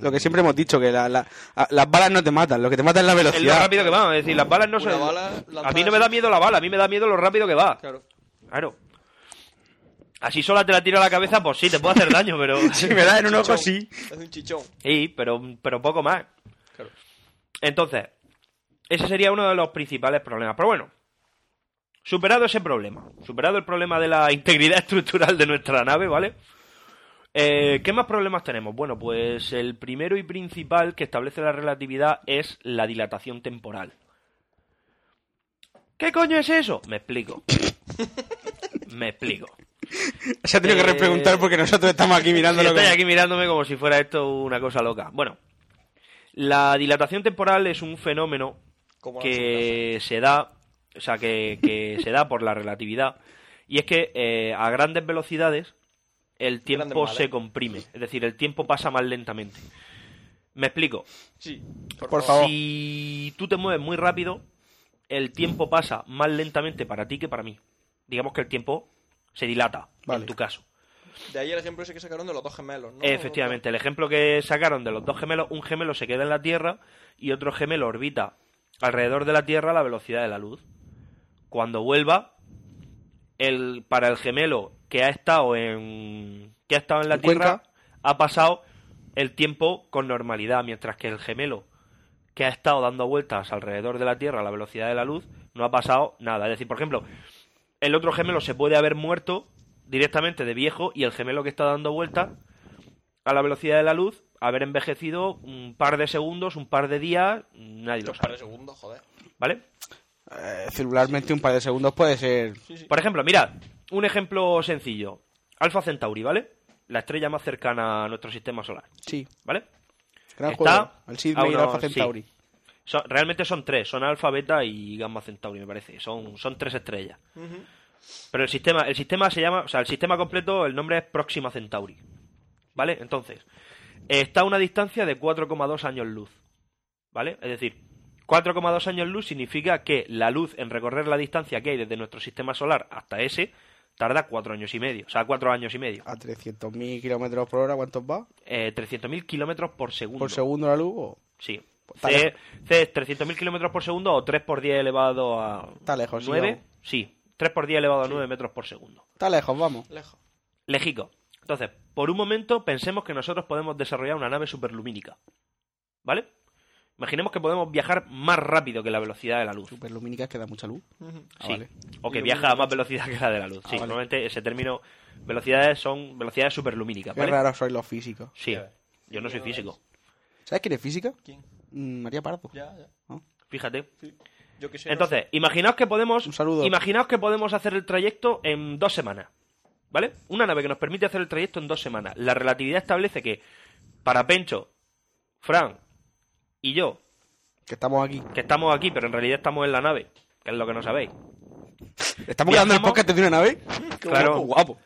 Speaker 5: Lo que siempre hemos dicho, que la- la- a- las balas no te matan, lo que te mata es la
Speaker 2: es lo
Speaker 5: velocidad.
Speaker 2: rápido que va. Es decir, las balas no
Speaker 6: Una
Speaker 2: son.
Speaker 6: bala
Speaker 2: a
Speaker 6: lanzada
Speaker 2: mí no me da miedo la bala, a mí me da miedo lo rápido que va.
Speaker 6: Claro.
Speaker 2: Claro. Así sola te la tiro a la cabeza, pues sí, te puede hacer daño, pero.
Speaker 5: si me da en un ojo,
Speaker 6: Chichón.
Speaker 5: sí.
Speaker 6: Es un chichón.
Speaker 2: Sí, pero, pero poco más.
Speaker 6: Claro.
Speaker 2: Entonces, ese sería uno de los principales problemas. Pero bueno, superado ese problema, superado el problema de la integridad estructural de nuestra nave, ¿vale? Eh, ¿Qué más problemas tenemos? Bueno, pues el primero y principal que establece la relatividad es la dilatación temporal. ¿Qué coño es eso? Me explico. Me explico.
Speaker 5: Se ha tenido que
Speaker 2: Eh,
Speaker 5: repreguntar porque nosotros estamos aquí
Speaker 2: Sí,
Speaker 5: mirándolo.
Speaker 2: estoy
Speaker 5: como-
Speaker 2: aquí mirándome como si fuera esto una cosa loca. Bueno, la dilatación temporal es un fenómeno
Speaker 6: Como la
Speaker 2: que se da, o sea, que, que se da por la relatividad. Y es que eh, a grandes velocidades el tiempo
Speaker 6: males.
Speaker 2: se comprime. Es decir, el tiempo pasa más lentamente. Me explico.
Speaker 6: Sí.
Speaker 5: Por favor.
Speaker 2: Si tú te mueves muy rápido, el tiempo pasa más lentamente para ti que para mí. Digamos que el tiempo se dilata,
Speaker 5: Vale.
Speaker 2: en tu caso.
Speaker 6: De ahí el ejemplo ese que sacaron de los dos gemelos, ¿no?
Speaker 2: Efectivamente, el ejemplo que sacaron de los dos gemelos, un gemelo se queda en la Tierra y otro gemelo orbita alrededor de la Tierra a la velocidad de la luz. Cuando vuelva, el, para el gemelo que ha estado en que ha estado en la
Speaker 5: ¿En
Speaker 2: Tierra
Speaker 5: Cuenca?
Speaker 2: ha pasado el tiempo con normalidad, mientras que el gemelo que ha estado dando vueltas alrededor de la Tierra a la velocidad de la luz no ha pasado nada. Es decir, por ejemplo, el otro gemelo se puede haber muerto directamente de viejo y el gemelo que está dando vueltas a la velocidad de la luz haber envejecido un par de segundos, un par de días, nadie lo
Speaker 6: Dos par de
Speaker 2: sabe,
Speaker 6: segundos, joder.
Speaker 2: ¿vale?
Speaker 5: eh, celularmente un par de segundos puede ser...
Speaker 2: Por ejemplo, mirad, un ejemplo sencillo. Alfa Centauri, ¿vale? La estrella más cercana a nuestro sistema solar.
Speaker 5: Sí.
Speaker 2: ¿Vale?
Speaker 5: Gran juego. El
Speaker 2: a
Speaker 5: Sidney y el
Speaker 2: unos-
Speaker 5: Alpha Centauri.
Speaker 2: sí. Son- realmente son tres, son Alfa, Beta y Gamma Centauri, me parece. Son, son tres estrellas. Pero el sistema, el sistema se llama, o sea, el sistema completo, el nombre es Próxima Centauri. ¿Vale? Entonces, eh, está a una distancia de 4,2 años luz. ¿Vale? Es decir, 4,2 años luz significa que la luz en recorrer la distancia que hay desde nuestro sistema solar hasta ese tarda 4 años y medio. O sea, 4 años y medio.
Speaker 5: A 300.000 kilómetros por hora, ¿cuántos va?
Speaker 2: Eh, 300.000 kilómetros por segundo.
Speaker 5: ¿Por segundo la luz? o-
Speaker 2: Sí.
Speaker 5: Está
Speaker 2: C, C es 300.000 kilómetros por segundo o 3 por 10 elevado a
Speaker 5: Está lejos, sí,
Speaker 2: 9.
Speaker 5: vamos.
Speaker 2: Sí, 3 por 10 elevado a 9 metros por segundo.
Speaker 5: Está lejos, vamos.
Speaker 6: Lejos.
Speaker 2: Lejico. Entonces, por un momento pensemos que nosotros podemos desarrollar una nave superlumínica. ¿Vale? Imaginemos que podemos viajar más rápido que la velocidad de la luz.
Speaker 5: Superlumínica es que da mucha luz. Ah,
Speaker 2: Sí.
Speaker 5: vale.
Speaker 2: O que
Speaker 5: Ilumina
Speaker 2: viaja a más
Speaker 5: mucho.
Speaker 2: velocidad que la de la luz.
Speaker 5: Ah,
Speaker 2: sí,
Speaker 5: vale.
Speaker 2: normalmente ese término, velocidades son velocidades superlumínicas.
Speaker 5: Qué
Speaker 2: ¿vale?
Speaker 5: raro soy los físicos.
Speaker 2: Sí, yo no soy físico.
Speaker 5: ¿Sabes quién es física? ¿Quién? María Pardo.
Speaker 6: Ya, ya.
Speaker 2: Fíjate.
Speaker 6: Yo que sé. no
Speaker 2: Entonces,
Speaker 6: sé.
Speaker 2: imaginaos que podemos.
Speaker 5: saludo.
Speaker 2: Imaginaos que podemos hacer el trayecto en dos semanas. ¿Vale? Una nave que nos permite hacer el trayecto en dos semanas. La relatividad establece que para Pencho, Fran y yo,
Speaker 5: Que estamos aquí.
Speaker 2: que estamos aquí, pero en realidad estamos en la nave, que es lo que no sabéis.
Speaker 5: Estamos grabando
Speaker 2: Viajamos-
Speaker 5: el podcast de una nave. Qué
Speaker 2: Claro.
Speaker 5: Guapo, guapo.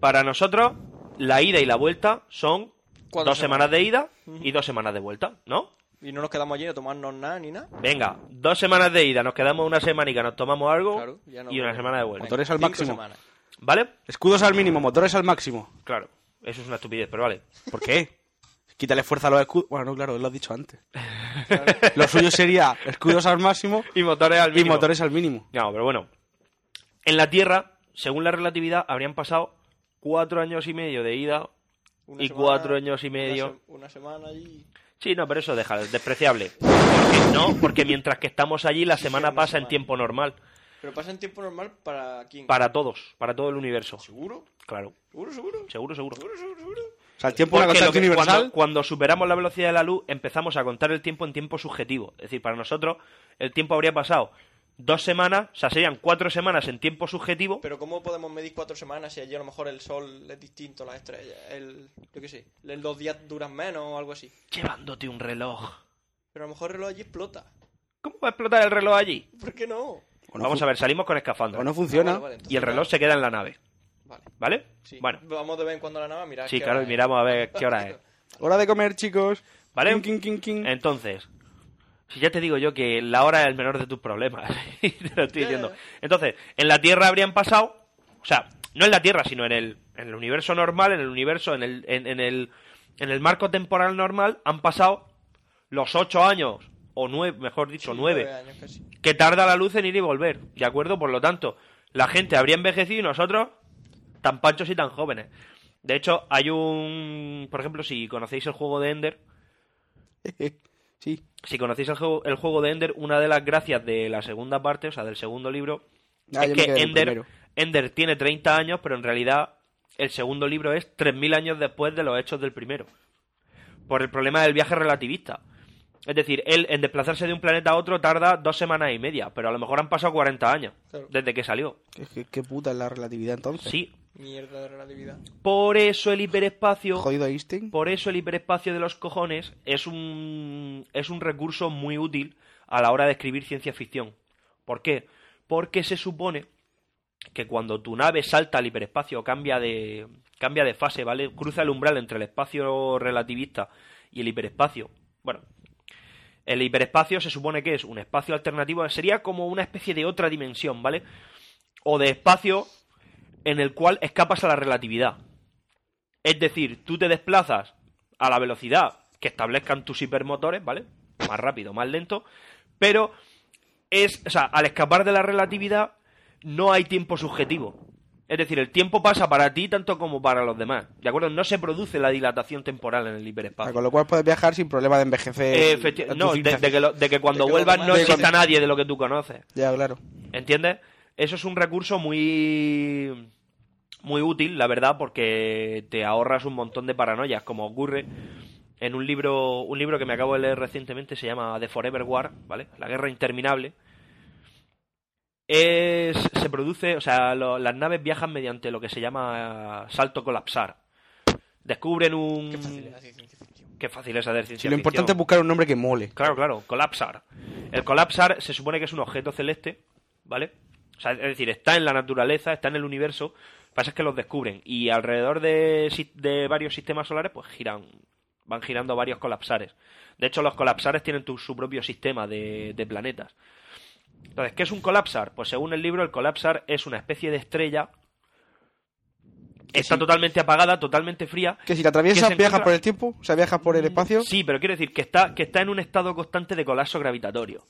Speaker 2: Para nosotros, la ida y la vuelta son dos
Speaker 6: Cuatro
Speaker 2: semanas
Speaker 6: semanas.
Speaker 2: de ida y dos semanas de vuelta, ¿no?
Speaker 6: Y no nos quedamos allí a tomarnos nada ni nada.
Speaker 2: Venga, dos semanas de ida, nos quedamos una semanica, nos tomamos algo
Speaker 6: Claro, ya no
Speaker 2: y una
Speaker 6: vemos.
Speaker 2: semana de vuelta.
Speaker 5: Motores al
Speaker 6: Pues Cinco
Speaker 5: máximo.
Speaker 6: semanas.
Speaker 2: ¿Vale?
Speaker 5: Escudos al mínimo, motores al máximo.
Speaker 2: Claro, eso es una estupidez, pero vale.
Speaker 5: ¿Por qué? Quítale fuerza a los escudos. Bueno, no, claro, lo has dicho antes. Lo suyo sería escudos al máximo
Speaker 2: y motores al
Speaker 5: Y
Speaker 2: mínimo.
Speaker 5: motores al mínimo.
Speaker 2: No, pero bueno. En la Tierra, según la relatividad, habrían pasado cuatro años y medio de ida
Speaker 6: Una
Speaker 2: y
Speaker 6: semana-
Speaker 2: cuatro años y
Speaker 6: una
Speaker 2: medio.
Speaker 6: se- Una semana allí.
Speaker 2: Sí, no, pero eso deja, es despreciable. Porque no, porque mientras que estamos allí, la semana pasa en tiempo normal.
Speaker 6: Pero pasa en tiempo normal para quién.
Speaker 2: Para todos, para todo el universo.
Speaker 6: ¿Seguro?
Speaker 2: Claro.
Speaker 6: ¿Seguro, seguro?
Speaker 2: Seguro, seguro.
Speaker 5: O sea, el tiempo es una
Speaker 2: Porque
Speaker 5: constante
Speaker 2: lo que-
Speaker 5: universal.
Speaker 2: Cuando, cuando superamos la velocidad de la luz, empezamos a contar el tiempo en tiempo subjetivo. Es decir, para nosotros, el tiempo habría pasado dos semanas, o sea, serían cuatro semanas en tiempo subjetivo.
Speaker 6: Pero ¿cómo podemos medir cuatro semanas si allí a lo mejor el sol es distinto, las estrellas, el... yo qué sé, el- los días duran menos o algo así?
Speaker 2: Llevándote un reloj.
Speaker 6: Pero a lo mejor el reloj allí explota.
Speaker 2: ¿Cómo va a explotar el reloj allí?
Speaker 6: ¿Por qué no?
Speaker 5: no
Speaker 2: Vamos
Speaker 5: fun-
Speaker 2: a ver, salimos con escafandra.
Speaker 5: o no funciona.
Speaker 6: Ah, vale, vale, entonces
Speaker 2: y el reloj
Speaker 6: claro.
Speaker 2: se queda en la nave.
Speaker 6: Vale.
Speaker 2: ¿Vale?
Speaker 6: Sí.
Speaker 2: Bueno,
Speaker 6: Vamos de vez en cuando a la nave a mirar.
Speaker 2: sí,
Speaker 6: qué
Speaker 2: claro,
Speaker 6: hora
Speaker 2: y
Speaker 6: es.
Speaker 2: miramos a ver qué hora es.
Speaker 5: Hora de comer, chicos.
Speaker 2: ¿Vale?
Speaker 5: Quin, quin, quin, quin.
Speaker 2: Entonces, si ya te digo yo que la hora es el menor de tus problemas, y te lo estoy diciendo. Entonces, en la Tierra habrían pasado, o sea, no en la Tierra, sino en el, en el universo normal, en el universo, en el, en, en el, en el marco temporal normal, han pasado los ocho años, o nueve, mejor dicho, nueve,
Speaker 6: Nueve años casi.
Speaker 2: que tarda la luz en ir y volver, ¿de acuerdo? Por lo tanto, la gente habría envejecido y nosotros tan panchos y tan jóvenes. De hecho, hay un... Por ejemplo, si conocéis el juego de Ender, Eh.
Speaker 5: sí.
Speaker 2: si conocéis el juego, el juego de Ender, una de las gracias de la segunda parte, o sea, del segundo libro,
Speaker 5: Ah,
Speaker 2: es
Speaker 5: yo me
Speaker 2: que
Speaker 5: quedé en el
Speaker 2: Ender,
Speaker 5: primero.
Speaker 2: Ender tiene 30 años, pero en realidad el segundo libro es 3.000 años después de los hechos del primero. Por el problema del viaje relativista. Es decir, él en desplazarse de un planeta a otro tarda dos semanas y media, pero a lo mejor han pasado 40 años desde que salió.
Speaker 5: ¿Qué, qué- qué puta es la relatividad entonces?
Speaker 2: Sí.
Speaker 6: Mierda de relatividad.
Speaker 2: Por eso el hiperespacio.
Speaker 5: Jodido Einstein.
Speaker 2: Por eso el hiperespacio de los cojones es un, es un recurso muy útil a la hora de escribir ciencia ficción. ¿Por qué? Porque se supone que cuando tu nave salta al hiperespacio, cambia de, cambia de fase, ¿vale? Cruza el umbral entre el espacio relativista y el hiperespacio. Bueno, el hiperespacio se supone que es un espacio alternativo, sería como una especie de otra dimensión, ¿vale? O de espacio en el cual escapas a la relatividad. Es decir, tú te desplazas a la velocidad que establezcan tus hipermotores, ¿vale? Más rápido, más lento, pero es, o sea, al escapar de la relatividad no hay tiempo subjetivo. Es decir, el tiempo pasa para ti tanto como para los demás. ¿De acuerdo? No se produce la dilatación temporal en el
Speaker 5: Ah,
Speaker 2: hiperespacio.
Speaker 5: con lo cual puedes viajar sin problema de envejecer.
Speaker 2: Eh,
Speaker 5: a
Speaker 2: efecti-
Speaker 5: tu
Speaker 2: no, de,
Speaker 5: civilización.
Speaker 2: de que lo- de que cuando
Speaker 5: que lo
Speaker 2: vuelvas
Speaker 5: demás
Speaker 2: no
Speaker 5: de-
Speaker 2: exista nadie de lo que tú conoces.
Speaker 5: Ya, claro.
Speaker 2: ¿Entiendes? Eso es un recurso muy muy útil, la verdad, porque te ahorras un montón de paranoias, como ocurre en un libro un libro que me acabo de leer recientemente se llama The Forever War, ¿vale? La guerra interminable. es, se produce, o sea, lo- las naves viajan mediante lo que se llama eh, salto colapsar. Descubren un... Qué fácil es, hacer ciencia
Speaker 5: Si lo importante es buscar un nombre que mole.
Speaker 2: Claro, claro, colapsar. El colapsar se supone que es un objeto celeste, ¿vale? O sea, es decir, está en la naturaleza, está en el universo. Lo que pasa es que los descubren. Y alrededor de, si- de varios sistemas solares, pues giran. Van girando varios colapsares. De hecho, los colapsares tienen tu- su propio sistema de, de planetas. Entonces, ¿qué es un colapsar? Pues según el libro, el colapsar es una especie de estrella. Está totalmente apagada, totalmente fría.
Speaker 5: Que si la atraviesas,
Speaker 2: se
Speaker 5: viajas
Speaker 2: encuentra- Mm,
Speaker 5: por el tiempo, o sea, viajas por el espacio.
Speaker 2: Sí, pero quiero decir que está, que está en un estado constante de colapso gravitatorio.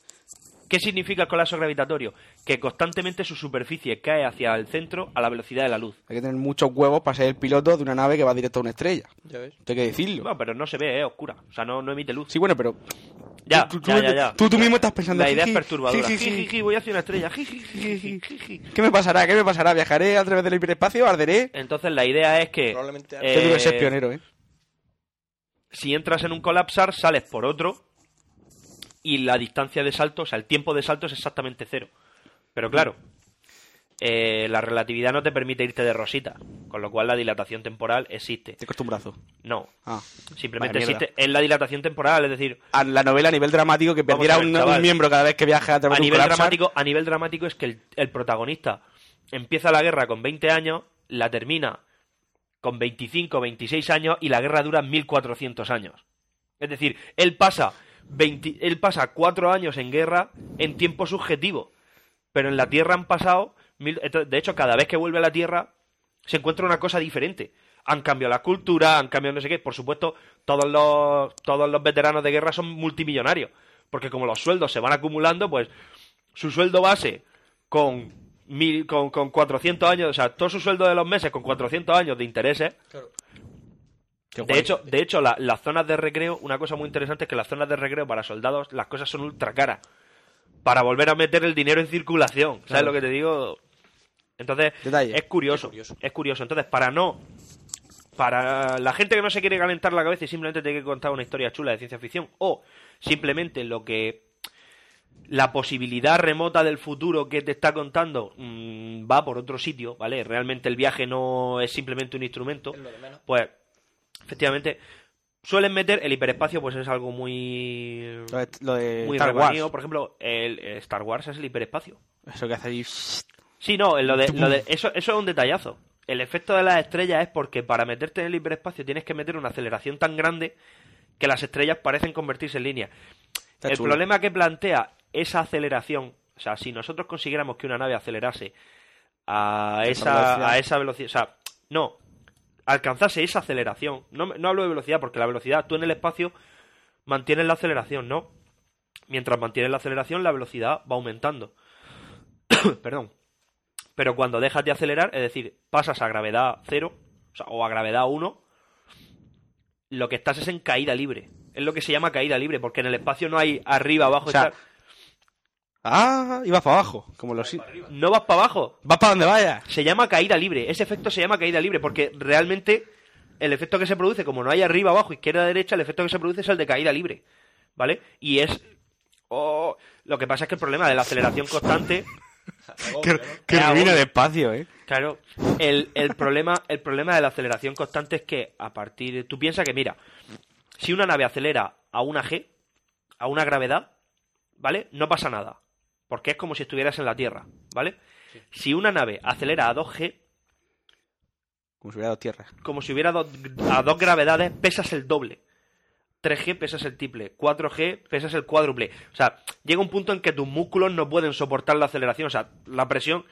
Speaker 2: ¿Qué significa el colapso gravitatorio? Que constantemente su superficie cae hacia el centro a la velocidad de la luz.
Speaker 5: Hay que tener muchos huevos para ser el piloto de una nave que va directo a una estrella.
Speaker 6: Ya ves.
Speaker 5: Tengo que decirlo.
Speaker 2: Bueno, pero no se ve, es oscura. O sea, no, no emite luz.
Speaker 5: Sí, bueno, pero.
Speaker 2: Ya,
Speaker 5: tú, tú-
Speaker 2: ya, ya, ya.
Speaker 5: tú- tú mismo estás pensando.
Speaker 2: La idea es
Speaker 5: "Jiji,
Speaker 2: perturbadora.
Speaker 5: jiji, jiji".
Speaker 2: Jijiji, voy hacia una estrella. Jijiji, jijiji.
Speaker 5: ¿Qué me pasará? ¿Qué me pasará? ¿Viajaré a través del hiperespacio? ¿Arderé?
Speaker 2: Entonces la idea es que...
Speaker 5: Qué duro es ser
Speaker 2: eh,
Speaker 5: pionero, ¿eh?
Speaker 2: si entras en un colapsar, sales por otro y la distancia de salto, o sea, el tiempo de salto es exactamente cero. Pero claro, eh, la relatividad no te permite irte de rosita, con lo cual la dilatación temporal existe.
Speaker 5: Te cuesta un brazo.
Speaker 2: No,
Speaker 5: Ah,
Speaker 2: simplemente
Speaker 5: vaya mierda.
Speaker 2: existe, es la dilatación temporal, es decir,
Speaker 5: A la novela a nivel dramático que
Speaker 2: Vamos
Speaker 5: perdiera
Speaker 2: a ver,
Speaker 5: un,
Speaker 2: chaval.
Speaker 5: un miembro cada vez que viaja a través
Speaker 2: a
Speaker 5: de un
Speaker 2: nivel,
Speaker 5: colapsar.
Speaker 2: dramático, a nivel dramático es que el, el protagonista empieza la guerra con 20 años, la termina con 25, 26 años y la guerra dura 1400 años. Es decir, él pasa 20 él pasa 4 años en guerra en tiempo subjetivo, pero en la Tierra han pasado mil- ento- de hecho cada vez que vuelve a la Tierra se encuentra una cosa diferente. Han cambiado la cultura, han cambiado no sé qué. Por supuesto, todos los, todos los veteranos de guerra son multimillonarios. Porque como los sueldos se van acumulando, pues su sueldo base con, mil, con, con 400 años, o sea, todo su sueldo de los meses con 400 años de intereses. De
Speaker 5: guay.
Speaker 2: hecho, de hecho la- las zonas de recreo, una cosa muy interesante es que las zonas de recreo para soldados, las cosas son ultra caras. Para volver a meter el dinero en circulación. ¿Sabes
Speaker 5: Claro.
Speaker 2: lo que te digo? Entonces, es curioso, es curioso. Entonces, para no. Para la gente que no se quiere calentar la cabeza y simplemente tiene que contar una historia chula de ciencia ficción, o simplemente lo que. La posibilidad remota del futuro que te está contando mm, va por otro sitio, ¿vale? Realmente el viaje no es simplemente un instrumento. Pues, efectivamente, suelen meter el hiperespacio, pues es algo muy.
Speaker 5: Lo de, lo de
Speaker 2: muy
Speaker 5: eh, Star
Speaker 2: rebanido.
Speaker 5: Wars.
Speaker 2: Por ejemplo, el eh, Star Wars es el hiperespacio.
Speaker 5: Eso que hace ahí.
Speaker 2: Sí, no, lo de, lo de- eso, eso es un detallazo. El efecto de las estrellas es porque para meterte en el hiperespacio tienes que meter una aceleración tan grande que las estrellas parecen convertirse en línea.
Speaker 5: Está
Speaker 2: el
Speaker 5: chulo.
Speaker 2: problema que plantea esa aceleración, o sea, si nosotros consiguiéramos que una nave acelerase a
Speaker 5: Esa
Speaker 2: esa,
Speaker 5: velocidad.
Speaker 2: a esa velocidad, o sea, no, alcanzase esa aceleración, no, me- no hablo de velocidad porque la velocidad, tú en el espacio mantienes la aceleración, ¿no? Mientras mantienes la aceleración, la velocidad va aumentando. Perdón. Pero cuando dejas de acelerar, es decir, pasas a gravedad 0 o, sea, o a gravedad 1, lo que estás es en caída libre. Es lo que se llama caída libre, porque en el espacio no hay arriba, abajo,
Speaker 5: O sea,
Speaker 2: estar-
Speaker 5: Ah, y vas para abajo. Como los.
Speaker 2: No vas para abajo.
Speaker 5: Vas para donde vayas.
Speaker 2: Se llama caída libre. Ese efecto se llama caída libre, porque realmente el efecto que se produce, como no hay arriba, abajo, izquierda, derecha, el efecto que se produce es el de caída libre. ¿Vale? Y es. oh, lo que pasa es que el problema de la aceleración constante.
Speaker 5: Qué, qué
Speaker 2: Es
Speaker 5: ruina
Speaker 2: agobio.
Speaker 5: de espacio, ¿eh?
Speaker 2: Claro, el, el problema, el problema de la aceleración constante es que a partir. Tú piensas que, mira, si una nave acelera a una G, a una gravedad, ¿vale? No pasa nada. Porque es como si estuvieras en la Tierra, ¿vale? Si una nave acelera a 2G,
Speaker 5: Como si hubiera dos tierras.
Speaker 2: como si hubiera dos, a dos gravedades, pesas el doble. 3G pesas el triple, 4G pesas el cuádruple. O sea, llega un punto en que tus músculos no pueden soportar la aceleración. O sea, la presión